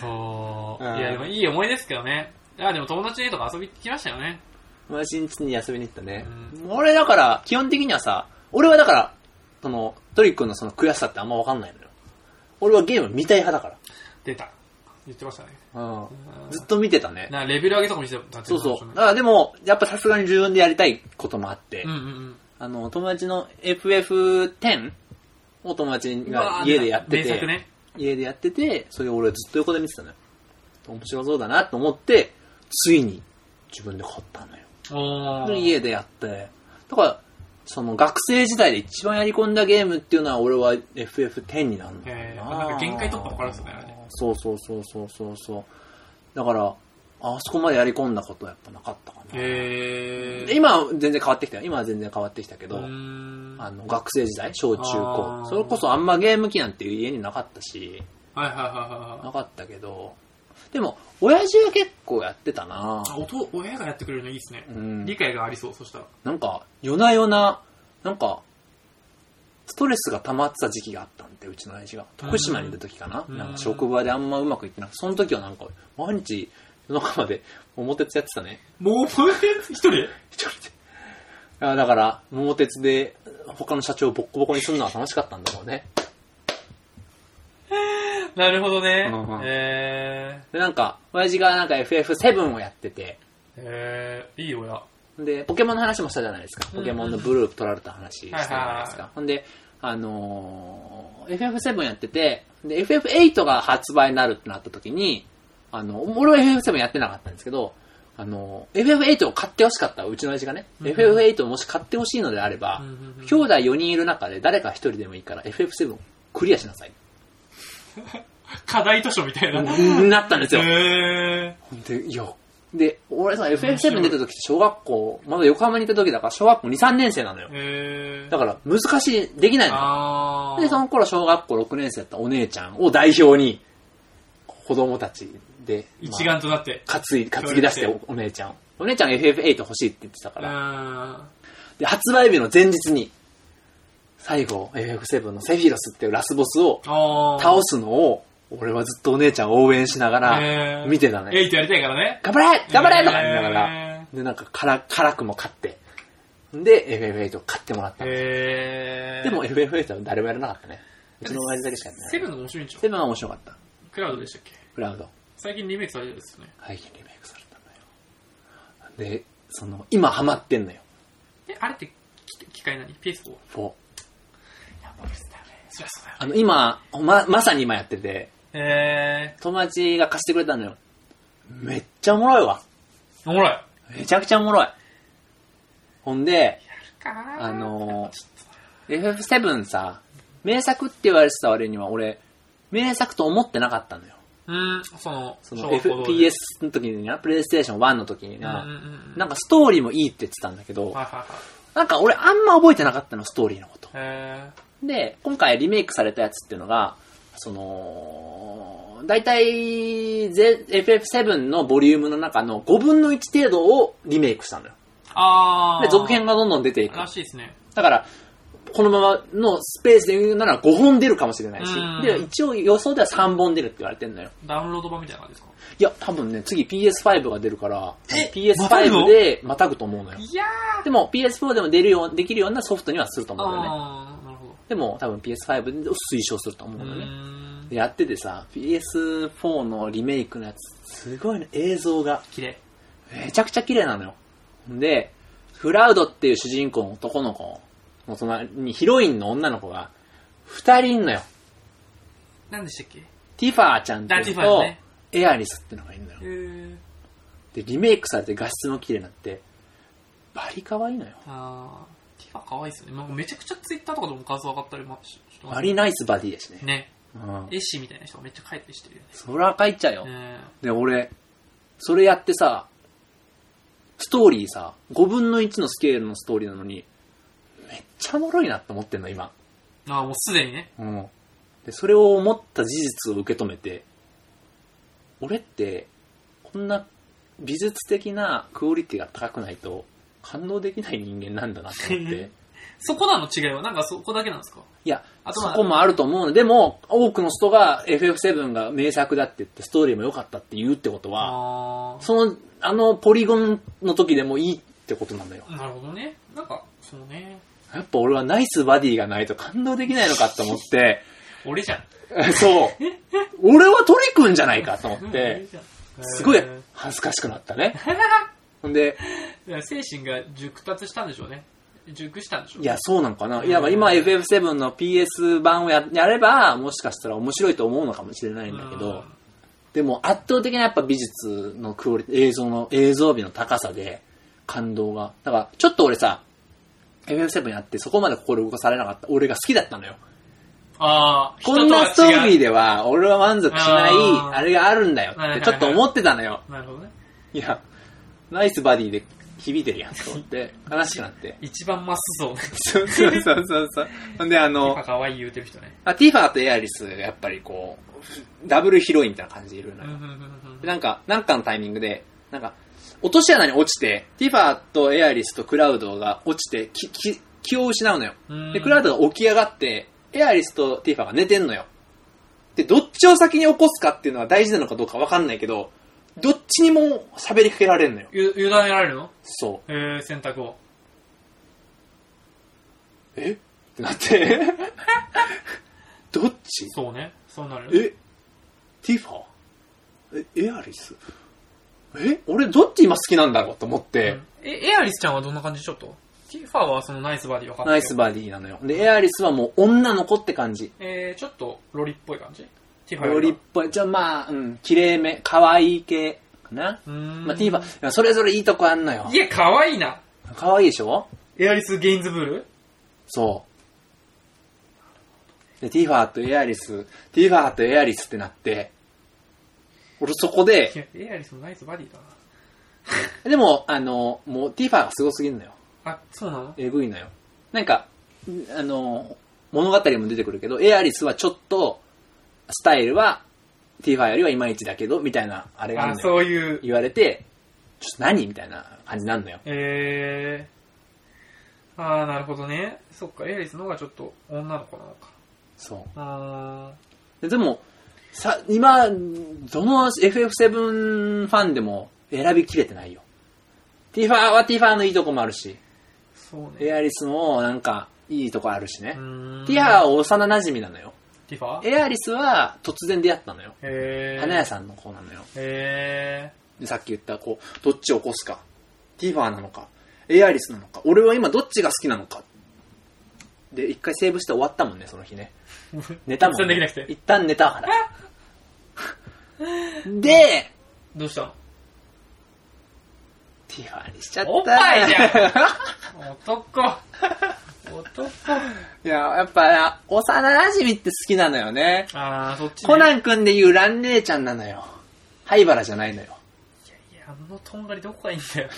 Speaker 1: そう。
Speaker 2: うん
Speaker 1: いや、でもいい思い出ですけどね。いや、でも友達の家とか遊びに来ましたよね。
Speaker 2: 友達ん家に遊びに行ったね。俺だから、基本的にはさ、俺はだから、その、トリックのその悔しさってあんま分かんないのよ。俺はゲーム見たい派だか
Speaker 1: 出た。言ってましたね。
Speaker 2: ら。うん。ずっと見てたね。
Speaker 1: なレベル上げとか見せたって
Speaker 2: そうそう。だ
Speaker 1: う。
Speaker 2: からでも、やっぱさすがに自分でやりたいこともあって、
Speaker 1: うんうん
Speaker 2: あの、友達の FF10 を友達
Speaker 1: うん。
Speaker 2: が家でやって
Speaker 1: 名作
Speaker 2: て、
Speaker 1: ね。
Speaker 2: 家でやってて、それを俺はずっと横で見てたのよ。面白そうだなと思って、ついに自分で買ったのよ。
Speaker 1: お
Speaker 2: で
Speaker 1: ー。
Speaker 2: 家でやって。だから、その学生時代で一番やり込んだゲームっていうのは俺は FF10 になるのか
Speaker 1: へー
Speaker 2: な。
Speaker 1: なんか限界突破からですよねあれね
Speaker 2: そうそうそうそうそうそう。だから、あそこまでやり込んだことはやっぱなかったかな。
Speaker 1: えー。
Speaker 2: 今は全然変わってきたよ。今は全然変わってきたけど、
Speaker 1: うーん
Speaker 2: あの学生時代、小中
Speaker 1: あー
Speaker 2: 高。それこそあんまゲーム機なんていう家になかったし、
Speaker 1: はいはいはいはい。
Speaker 2: なかったけど、でも、親父は結構やってたな
Speaker 1: あ音、親がやってくれるのいいですね
Speaker 2: う。ん
Speaker 1: 理。解がありそう、そしたら。
Speaker 2: なんか、夜な夜な、なんか、ストレスが溜まってた時期があったんで、うちの親父が。徳島にいる時かな、
Speaker 1: うん
Speaker 2: なんか職場であんまうまくいってなくて、その時はなんか、毎日、夜中まで、桃鉄やってたね。
Speaker 1: もう、一人
Speaker 2: 一人で。あだから、桃鉄で、他の社長をボッコボコにするのは楽しかったんだろうね。
Speaker 1: なるほどね
Speaker 2: うんうん。
Speaker 1: え
Speaker 2: で、なんか、親父がなんか FF7 をやってて、
Speaker 1: ー。えー、いい親。
Speaker 2: で、ポケモンの話もしたじゃないですか。ポケモンのブループ取られた話したじゃないです
Speaker 1: は
Speaker 2: か。ほんで、あのー FF7 やってて、で、FF8 が発売になるってなった時に、あの、俺は FF7 やってなかったんですけど、あのー FF8 を買ってほしかった、うちの親父がね。
Speaker 1: うん
Speaker 2: FF8 をもし買ってほしいのであれば、兄弟4人いる中で誰か1人でもいいから FF7 をクリアしなさい。
Speaker 1: 課題図書みたいな。
Speaker 2: なったんですよ。
Speaker 1: え
Speaker 2: で、いや、で、俺さ、FF7 出た時って小学校、まだ横浜にいた時だから小学校2、3年生なのよ
Speaker 1: ー。。えー。
Speaker 2: だから難しい、できないの。
Speaker 1: あー。
Speaker 2: で、その頃小学校6年生だったお姉ちゃんを代表に、子供たちで、
Speaker 1: 一
Speaker 2: まあ
Speaker 1: 丸となって。
Speaker 2: 担い、担ぎ出して
Speaker 1: 協力
Speaker 2: おお姉ちゃんを。お姉ちゃん FF8 欲しいって言ってたか
Speaker 1: う
Speaker 2: ら。
Speaker 1: ーん。
Speaker 2: で、発売日の前日に、最後、FF7 のセフィロスっていうラスボスを
Speaker 1: あー。
Speaker 2: 倒すのを、俺はずっとお姉ちゃんを応援しなが
Speaker 1: へー、
Speaker 2: ら見てた
Speaker 1: エ
Speaker 2: ね。
Speaker 1: イトやりたいからね。
Speaker 2: 頑張れ頑張れとか言いながら、
Speaker 1: え
Speaker 2: で、なんか、から、辛くも勝って。で、FF8 を買ってもらった
Speaker 1: ー。
Speaker 2: の。
Speaker 1: えー
Speaker 2: でも、FF8 は誰もやらなかったね。うちの親父だけしかやってない。
Speaker 1: セブンの面白いんちゃう
Speaker 2: セブンは面白かった。
Speaker 1: クラウドでしたっけ
Speaker 2: クラウド。
Speaker 1: 最近リメイクされてるんですよね。
Speaker 2: 最近リメイクされたんだよ。で、その、今ハマってんのよ。
Speaker 1: え、あれって、き機械何 ?PS4?
Speaker 2: 4。
Speaker 1: やっぱですね。そりゃそうだよ。
Speaker 2: あの、今、ま、まさに今やってて、
Speaker 1: え
Speaker 2: 友達が貸してくれたのよ。めっちゃおもろいわ。
Speaker 1: ー。おもろい。
Speaker 2: めちゃくちゃおもろい。ほんで、あ
Speaker 1: あ
Speaker 2: のー、FF7 さ、名作って言われてた割には俺、名作と思ってなかったのよ。
Speaker 1: うん、その、
Speaker 2: そ
Speaker 1: 小
Speaker 2: の
Speaker 1: 学校の
Speaker 2: FPS の時にな、プレイステーション1の時に
Speaker 1: うんうん
Speaker 2: な、
Speaker 1: うん。
Speaker 2: なんかストーリーもいいって言ってたんだけど、
Speaker 1: はいはいはい。
Speaker 2: なんか俺あんま覚えてなかったの、ストーリーのこと。
Speaker 1: え
Speaker 2: で、今回リメイクされたやつっていうのが、その、大体、ぜ FF7 のボリュームの中の5分の1程度をリメイクしたのよ。
Speaker 1: ー。あー。
Speaker 2: で、続編がどんどん出ていく。
Speaker 1: らしいですね。
Speaker 2: だから、このままのスペースで言うなら5本出るかもしれないし
Speaker 1: うん、
Speaker 2: で、一応予想では3本出るって言われてんのよ。
Speaker 1: ダウンロード版みたいな感じですか
Speaker 2: いや、多分ね、次 PS5 が出るから、
Speaker 1: えまたぐの
Speaker 2: PS5 でまたぐと思うのよ。
Speaker 1: いや
Speaker 2: でも PS4 でも出るよう、できるようなソフトにはすると
Speaker 1: ー。
Speaker 2: 思うんだよね。
Speaker 1: あー、なるほど。
Speaker 2: でも多分 PS5 を推奨すると思うん
Speaker 1: う
Speaker 2: だよね。
Speaker 1: ーん。
Speaker 2: でやっててさ、PS4 のリメイクのやつ、すごいね、映像が。
Speaker 1: 綺麗。
Speaker 2: めちゃくちゃ綺麗なのよ。で、クラウドっていう主人公の男の子の隣にヒロインの女の子が二人いんのよ。
Speaker 1: 何でしたっけ
Speaker 2: ティファーちゃんって
Speaker 1: あテ
Speaker 2: いう
Speaker 1: ィファー
Speaker 2: と、
Speaker 1: ね
Speaker 2: エアリスってのがいるのよ
Speaker 1: え。ー。
Speaker 2: で、リメイクされて画質も綺麗になって、バリ可愛いのよ。
Speaker 1: あー。ティパ可愛いですよね。なんかめちゃくちゃツイッターとかでも画像上がったりもししてます
Speaker 2: 割りナイスバディでしたね。
Speaker 1: ね。
Speaker 2: うん。
Speaker 1: 絵師みたいな人がめっちゃ描いてしてるよね。
Speaker 2: そら書いちゃうよ。
Speaker 1: ね
Speaker 2: で、俺、それやってさ、ストーリーさ、5分の1のスケールのストーリーなのに、めっちゃおもろいなって思ってんの、今。
Speaker 1: ああ、もうすでにね。
Speaker 2: うん。で、それを思った事実を受け止めて、俺って、こんな美術的なクオリティが高くないと、感動できない人間なんだなって思って。
Speaker 1: そこなの違いは、なんかそこだけなんですか
Speaker 2: いや、
Speaker 1: あと
Speaker 2: そ
Speaker 1: は
Speaker 2: こもあると思うの。でも、多くの人が FF7 が名作だって言って、ストーリーも良かったって言うってこと
Speaker 1: あ
Speaker 2: は、その、あの、ポリゴンの時でもいいってことなんだよ。
Speaker 1: あ、なるほどね。なんか、そうね。
Speaker 2: やっぱ俺はナイスバディがないと感動できないのかと思って、
Speaker 1: 俺じゃん。
Speaker 2: そう。俺はトリくんじゃないかと思っ
Speaker 1: 俺
Speaker 2: て、
Speaker 1: じゃん、
Speaker 2: すごい
Speaker 1: え
Speaker 2: 恥ずかしくなっ たね。ほんで、
Speaker 1: ー精神が熟達したんでしょうね。熟したんでしょう
Speaker 2: いや、そうなのかな。いや、今 FF7 の PS 版をややれば、もしかしたら面白いと思うのかもしれないんだけ
Speaker 1: うん
Speaker 2: ど、でも圧倒的なやっぱ美術のクオリティ、映像の、映像美の高さで感動が。だからちょっと俺さ、FF7 やってそこまで心動かされなかった。俺が好きだったのよ。
Speaker 1: ああ、
Speaker 2: こんなストーリー
Speaker 1: で。
Speaker 2: では俺は満足しない
Speaker 1: あ、ー
Speaker 2: あれがあるんだよ
Speaker 1: はいは
Speaker 2: っ
Speaker 1: いは
Speaker 2: て
Speaker 1: い
Speaker 2: ちょっと思ってたのよ。
Speaker 1: なるほどね。
Speaker 2: いや、ナイスバディで響いてるやんと思って、悲しくなって。
Speaker 1: 一番マスそうね。
Speaker 2: そうそうそうそうそう。ほん であの、
Speaker 1: 可愛い言うてる人ね。
Speaker 2: あティファーとエアリス、やっぱりこう、ダブルヒロインみたいな感じでいるの
Speaker 1: うんう
Speaker 2: よ
Speaker 1: ん。うんうん
Speaker 2: でなんか、なんかのタイミングで、なんか、落とし穴に落ちて、ティファーとエアリスとクラウドが落ちて、き、き、気を失うのよ。
Speaker 1: うん
Speaker 2: で、クラウドが起き上がって、エアリスとティファーが寝てんのよ。で、どっちを先に起こすかっていうのは大事なのかどうかわかんないけど、どっちにも喋りかけられんのよ。
Speaker 1: ゆ委ねられるの
Speaker 2: そ
Speaker 1: えー、選択を。
Speaker 2: う。えってなって。どっち
Speaker 1: そうね。そうなるよ。
Speaker 2: えティファーえ、エアリスえ俺どっち今好きなんだろうと思って、
Speaker 1: うんえ、エアリスちゃんはどんな感じちょっとティファーはそのナイスバディ分かった
Speaker 2: ナイスバディなのよ。で、エアリスはもう女の子って感じ。
Speaker 1: えー、ちょっとロリっぽい感じティファー
Speaker 2: ロリっ
Speaker 1: ぽ
Speaker 2: ぽい。じゃあまあ、うん、綺麗め、可愛い系かな。
Speaker 1: い。うーん。
Speaker 2: まあ、ティーバー、それぞれいいとこあんのよ
Speaker 1: い。や、可愛いな。
Speaker 2: 可愛いでしょ
Speaker 1: エアリス・ゲインズブール
Speaker 2: そう。で、ティーファーとエアリス、ティーファーとエアリスってなって、俺そこ
Speaker 1: い
Speaker 2: で、
Speaker 1: や、エアリスもナイスバディだな。
Speaker 2: でも、あの、もうティーファーがすごすぎるのよ。
Speaker 1: あ、そうなの
Speaker 2: えぐいのよ。なんか、んあの、物語も出てくるけど、エアリスはちょっと、スタイルは、ティーファーよりはいまいちだけど、みたいな、あれがある
Speaker 1: あ、
Speaker 2: のよ。
Speaker 1: そういう。
Speaker 2: 言われて、ちょっと何みたいな感じになるのよ。
Speaker 1: えー。あー、なるほどね。そっか、エアリスの方がちょっと女の子なのか。
Speaker 2: そう
Speaker 1: ーん。
Speaker 2: う。ででも、さ、今、どの FF7 ファンでも選びきれてないよ。ティーファーはティーファーのいいとこもあるし、
Speaker 1: そう
Speaker 2: エ
Speaker 1: ね。
Speaker 2: アリスもなんか、いいとこあるしね
Speaker 1: う。ーん
Speaker 2: ティーファーは幼馴染なのよ。
Speaker 1: ティファー
Speaker 2: エアリスは突然出会ったのよ。
Speaker 1: えー。
Speaker 2: 花屋さんの子なのよ。
Speaker 1: え
Speaker 2: でさっき言った、こう、どっちを起こすか。ティファーなのか、エアリスなのか、俺は今どっちが好きなのか。で、一回セーブして終わったもんね、その日ね。
Speaker 1: ー。
Speaker 2: 寝たもん、
Speaker 1: 全然
Speaker 2: ね。
Speaker 1: できなくて。
Speaker 2: 一旦寝たから。 で、
Speaker 1: どうしたの
Speaker 2: ティファーにしちゃった。
Speaker 1: おっぱいじゃん男。男。
Speaker 2: いや、やっぱ、幼馴染って好きなのよね。
Speaker 1: あー、そっちね
Speaker 2: コナン君で言うラン姉ちゃんなのよ。灰原じゃないのよ。
Speaker 1: いや、あのとんがりどこがいいんだ よ。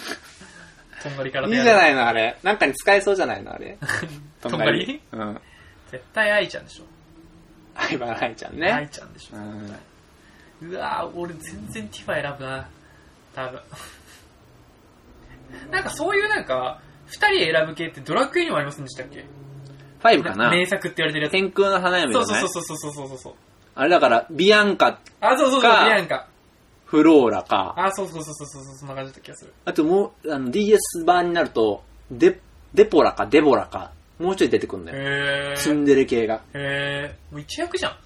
Speaker 1: とんがりから。
Speaker 2: いいじゃないいの、あれ。なんかに使えそうじゃないの、あれ。
Speaker 1: とんがり
Speaker 2: とんがりうん。
Speaker 1: 絶対愛ちゃんでしょ。
Speaker 2: 灰原愛ちゃんね。
Speaker 1: 愛ちゃんでしょ。絶対うわぁ、俺全然ティファ選ぶな。多 分。なんかそういうなんか、二人選ぶ系ってドラクエにもありませんでしたっけ
Speaker 2: ファイブかな
Speaker 1: 名作って言われてるやつ。
Speaker 2: 天空の花嫁じ
Speaker 1: そ
Speaker 2: ゃ
Speaker 1: う
Speaker 2: ない
Speaker 1: そうそうそうそうそうそうそう。
Speaker 2: あれだから、ビアンカ、
Speaker 1: あ、そうそうそう、ビ
Speaker 2: か
Speaker 1: アンカ。
Speaker 2: フローラか、
Speaker 1: あ、そうそうそうそうそうそう、そんな感じだった気がする。
Speaker 2: あともう、あの DS 版になると、デ、デポラかデボラか、もう一人出てくるんだよ。
Speaker 1: へ
Speaker 2: ツ
Speaker 1: ー。
Speaker 2: ンデレ系が。
Speaker 1: へー。もう一役じゃん。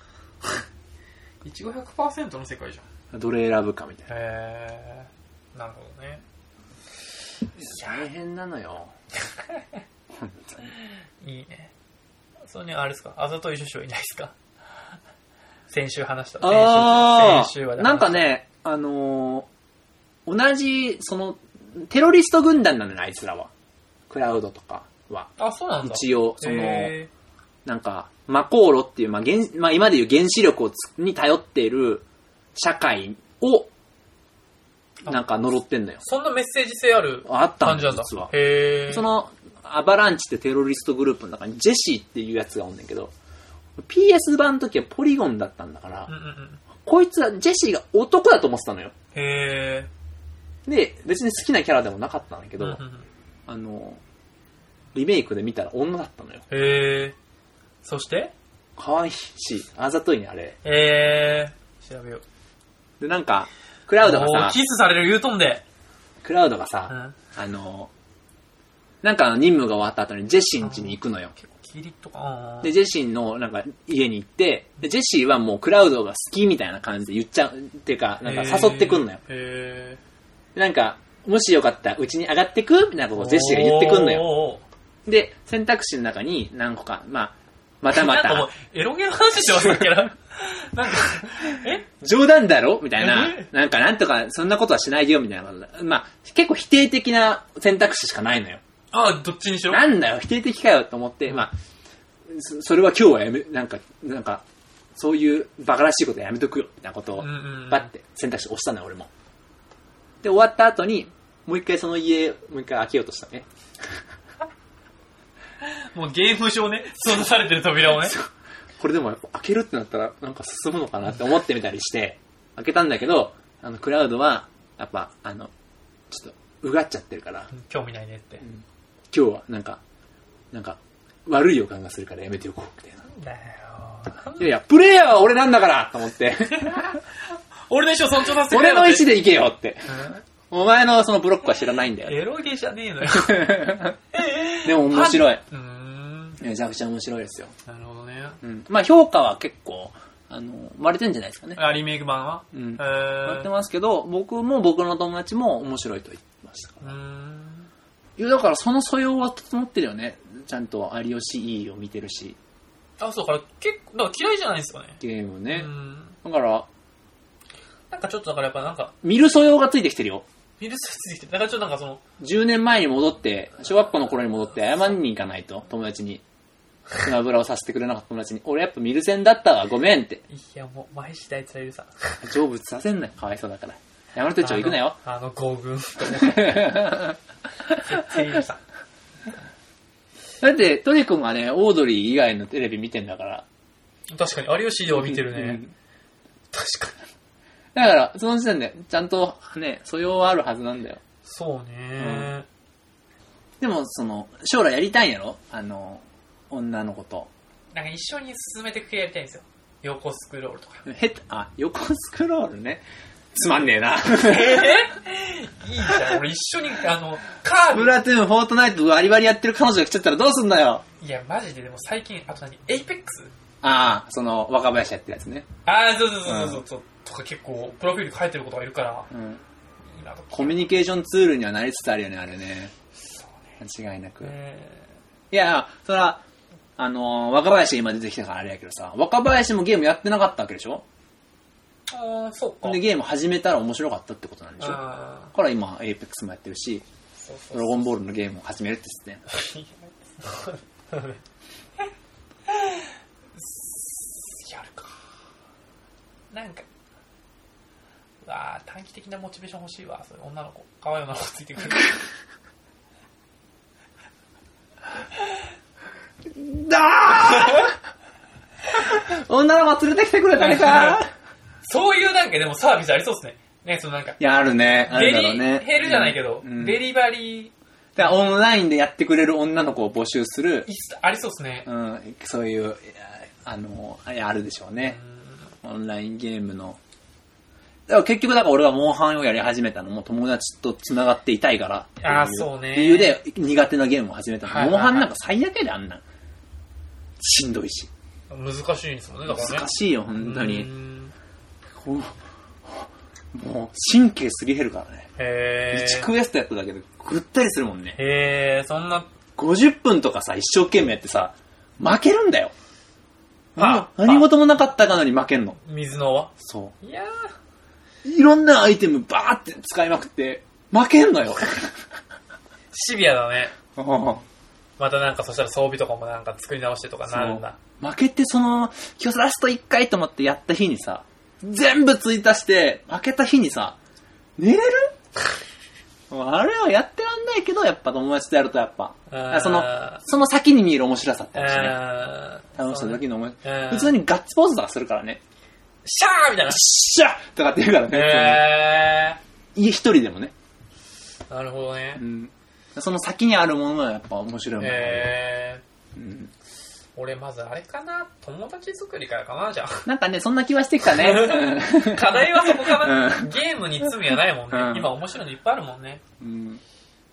Speaker 1: 1500%の世界じゃん。
Speaker 2: どれ選ぶかみたいな。
Speaker 1: へー。なるほどね。
Speaker 2: 大変なのよ。
Speaker 1: いいね。それにあれですか、あざとい女子はいないですか 先週話した。先週
Speaker 2: あ
Speaker 1: 先週は
Speaker 2: あ、なんか。ね、あのー同じ、その、テロリスト軍団なのよ、あいつらは。クラウドとか、は。
Speaker 1: あ、そうなんだ。
Speaker 2: 一応、その、
Speaker 1: へ
Speaker 2: なんか、魔航路っていう、まあ原、まあ、今でいう原子力をつに頼っている社会を、
Speaker 1: あ
Speaker 2: なんか呪ってんだよ
Speaker 1: ー。そんなメッセージ性ある
Speaker 2: あった
Speaker 1: 感
Speaker 2: ん
Speaker 1: じ
Speaker 2: だ
Speaker 1: な
Speaker 2: よ、
Speaker 1: んだ
Speaker 2: 実は。。
Speaker 1: へー
Speaker 2: そ、の、アバランチってテロリストグループの中にジェシーっていうやつがおんねんけど、PS 版の時はポリゴンだったんだから、
Speaker 1: うんうんうん。
Speaker 2: こいつはジェシーが男だと思ってたのよ。
Speaker 1: へ
Speaker 2: で、別に好きなキャラでもなかったんだ
Speaker 1: ー。
Speaker 2: け
Speaker 1: う
Speaker 2: ど、
Speaker 1: んうんうん
Speaker 2: あの、リメイクで見たら女だったのよ。
Speaker 1: へー。そして
Speaker 2: 可愛いし、あざといね、あれ。
Speaker 1: へー。調べよう。
Speaker 2: で、なんか、クラウド
Speaker 1: も
Speaker 2: が
Speaker 1: う
Speaker 2: さ
Speaker 1: キ、スされる言うとんで。
Speaker 2: クラウドが
Speaker 1: う
Speaker 2: さ、
Speaker 1: ん。
Speaker 2: あの、なんか任務が終わった後にジェシーん家に行くのよ。
Speaker 1: 結構キリッとか。
Speaker 2: で、ジェシーのなんか家に行って、でジェシーはもうクラウドが好きみたいな感じで言っちゃう、っていうか、なんか誘ってくんのよ。
Speaker 1: へ
Speaker 2: でなんか、もしよかったらうちに上がってくみたいな
Speaker 1: ー。
Speaker 2: ことをジェシーが言ってくんのよ。
Speaker 1: よ。
Speaker 2: で、選択肢の中に何個か、まあ、またま
Speaker 1: なんかもう
Speaker 2: た、、
Speaker 1: エロゲの話してましたっけな。 なんか、え
Speaker 2: 冗談だろみたいな
Speaker 1: え、
Speaker 2: なんかなんとか、そんなことはしないよみたいなことまあ、結構否定的な選択肢しかないのよ。
Speaker 1: あ、どっちにしよう。
Speaker 2: なんだよ、否定的かよと思って、まあ、そそれは今日はやめ、なんか、なんか、そういうバカらしいことやめとくよ、みたいなことを
Speaker 1: うん、うんうん。
Speaker 2: バッて選択肢押したのよ、俺も。で、終わった後に、もう一回その家、もう一回開けようとしたね。
Speaker 1: もうゲーム上ね、そう出されてる扉 をね。
Speaker 2: これでもやっぱ開けるってなったら、なんか進むのかなって思ってみたりして、開けたんだけど、あの、クラウドは、やっぱ、あの、ちょっと、うがっちゃってるから、
Speaker 1: 興味ないねって。
Speaker 2: 今日はなんか、なんか、悪い予感がするからやめておこう、みたいな。
Speaker 1: だよー
Speaker 2: いやいや、プレイヤーは俺なんだからと思って。
Speaker 1: 俺の意思を尊重させてくれ
Speaker 2: 俺
Speaker 1: よ
Speaker 2: の意
Speaker 1: って
Speaker 2: 思で行けよって。
Speaker 1: うん
Speaker 2: お前のそのブロックは知らないんだよ。
Speaker 1: エロゲじゃね えのよ。
Speaker 2: でも面白い。
Speaker 1: うーん。
Speaker 2: めちゃくちゃ面白いですよ。
Speaker 1: なるほどね。
Speaker 2: うん。まあ評価は結構、あの、割れてんじゃないですかね。
Speaker 1: あ、リメイク版は
Speaker 2: うん。
Speaker 1: え
Speaker 2: 割れてますけど、僕も僕の友達も面白いと言ってましたから。
Speaker 1: うーん。
Speaker 2: いや、だからその素養は整ってるよね。ちゃんと有吉 E を見てるし、
Speaker 1: あ、そうだから、結構、だから嫌いじゃないですよね。
Speaker 2: ゲーム
Speaker 1: う
Speaker 2: ね。
Speaker 1: ん。
Speaker 2: だから、
Speaker 1: なんかちょっとだからやっぱなんか、
Speaker 2: 見る素養がついてきてるよ。
Speaker 1: フィルスついてきて、なんかちょっとなんかその、
Speaker 2: 10年前に戻って、小学校の頃に戻って謝りに行かないと、友達に。スマブラをさせてくれなかった友達に、俺やっぱミルセンだったわ、ごめんって。
Speaker 1: いやもう、毎次大つらいるさ。
Speaker 2: 成仏させんなよ、かわいそうだから。山手町行くなよ。
Speaker 1: あの。あの豪 軍とね。絶対いるさ。
Speaker 2: だって、トリ君はね、オードリー以外のテレビ見てんだから。
Speaker 1: 確かに、有吉では見てる
Speaker 2: う
Speaker 1: ね。
Speaker 2: ん
Speaker 1: 確かに。
Speaker 2: だから、その時点で、ちゃんとね、素養はあるはずなんだよ。
Speaker 1: そうね。
Speaker 2: でも、その、将来やりたいんやろあの、女の子と。
Speaker 1: なんか一緒に進めていく系やりたいんですよ。横スクロールとか。
Speaker 2: へっ、あ、横スクロールね。つまんねえ な。
Speaker 1: いいじゃん。俺一緒に、あの、カー
Speaker 2: ブ
Speaker 1: ブ。
Speaker 2: ラトゥーン、フォートナイト、バリバリやってる彼女が来ちゃったらどうすんだよ。
Speaker 1: いや、マジで、でも最近、あと何エイペックス
Speaker 2: ああ、その、若林やってるやつね。
Speaker 1: ああ、そうそうそうそうそう、とか結構、プロフィール書いてることがいるから、
Speaker 2: うん。
Speaker 1: いいなと。
Speaker 2: コミュニケーションツールにはなりつつあるよね、あれね。間違いなく。
Speaker 1: え
Speaker 2: いや、そら、あのー若林が今出てきたからあれやけどさ、若林もゲームやってなかったわけでしょ
Speaker 1: ー、ああ、そうか。
Speaker 2: で、ゲーム始めたら面白かったってことなんでしょだ
Speaker 1: ああ、
Speaker 2: から今、エイペックスもやってるし、
Speaker 1: そうそうそう。
Speaker 2: ドラゴンボールのゲームを始めるって言ってたよ
Speaker 1: やるか。なんか、うわあ、短期的なモチベーション欲しいわ、それ女の子。可愛い女の子ついて くる。
Speaker 2: 女の子連れてきてくれ、誰か
Speaker 1: そういうなんかでもサービスありそうですね。ね、そのなんか、
Speaker 2: いや、あるね。あ
Speaker 1: デ
Speaker 2: る
Speaker 1: リ
Speaker 2: だろうね。
Speaker 1: ヘルじゃないけど、
Speaker 2: うんうん
Speaker 1: デリバリー、
Speaker 2: だからオンラインでやってくれる女の子を募集する、
Speaker 1: いつありそうですね。
Speaker 2: うん、そういう、いやあの、あれあるでしょうね。オンラインゲームの。だから結局、だから俺はモンハンをやり始めたのも友達と繋がっていたいからってい。
Speaker 1: あーそうね
Speaker 2: 理由で苦手なゲームを始めたの。
Speaker 1: はいはいはい
Speaker 2: モンハンなんか最悪やで、あんなん。しんどい
Speaker 1: う
Speaker 2: し。
Speaker 1: ん難しいんですもんね、だからね。
Speaker 2: 難しいよ、本当
Speaker 1: う
Speaker 2: に。
Speaker 1: ん
Speaker 2: こうもう、神経すり減るからね。
Speaker 1: へ
Speaker 2: 1
Speaker 1: ー。
Speaker 2: クエストやっただけでぐったりするもんね。
Speaker 1: へー、そんな、
Speaker 2: 50分とかさ、一生懸命やってさ、負けるんだよ。
Speaker 1: あ
Speaker 2: 何事もなかったかのに負けんの。
Speaker 1: 水の輪
Speaker 2: そ
Speaker 1: いや
Speaker 2: う。いろんなアイテムバーって 使いまくって、負けんのよ。
Speaker 1: シビアだね。
Speaker 2: うん
Speaker 1: またなんかそしたら装備とかもなんか作り直してとかなるんだ。
Speaker 2: 負けてその、今日ラスト1回と思ってやった日にさ、全部追加して、負けた日にさ、寝れる もうあれはやってらんないけど、やっぱ友達とやるとやっぱ、
Speaker 1: あー
Speaker 2: その、その先に見える面白さってあるしね。
Speaker 1: あー
Speaker 2: 楽しさだけの思い。
Speaker 1: うん
Speaker 2: 普通にガッツポーズとかするからね。
Speaker 1: シャーみたいな。
Speaker 2: シャッとかって言うからね。
Speaker 1: へ
Speaker 2: 家一人でもね。
Speaker 1: ー。なるほどね
Speaker 2: う。んその先にあるものはやっぱ面白いもんね。
Speaker 1: へ
Speaker 2: うん
Speaker 1: ー。俺まずあれかな友達作りからかなじゃあ。
Speaker 2: なんかね、そんな気はしてきたね。うん
Speaker 1: 課題はそこかな、
Speaker 2: うん
Speaker 1: ゲームに罪はないもんね。
Speaker 2: うん
Speaker 1: 今面白いのいっぱいあるもんね。
Speaker 2: うん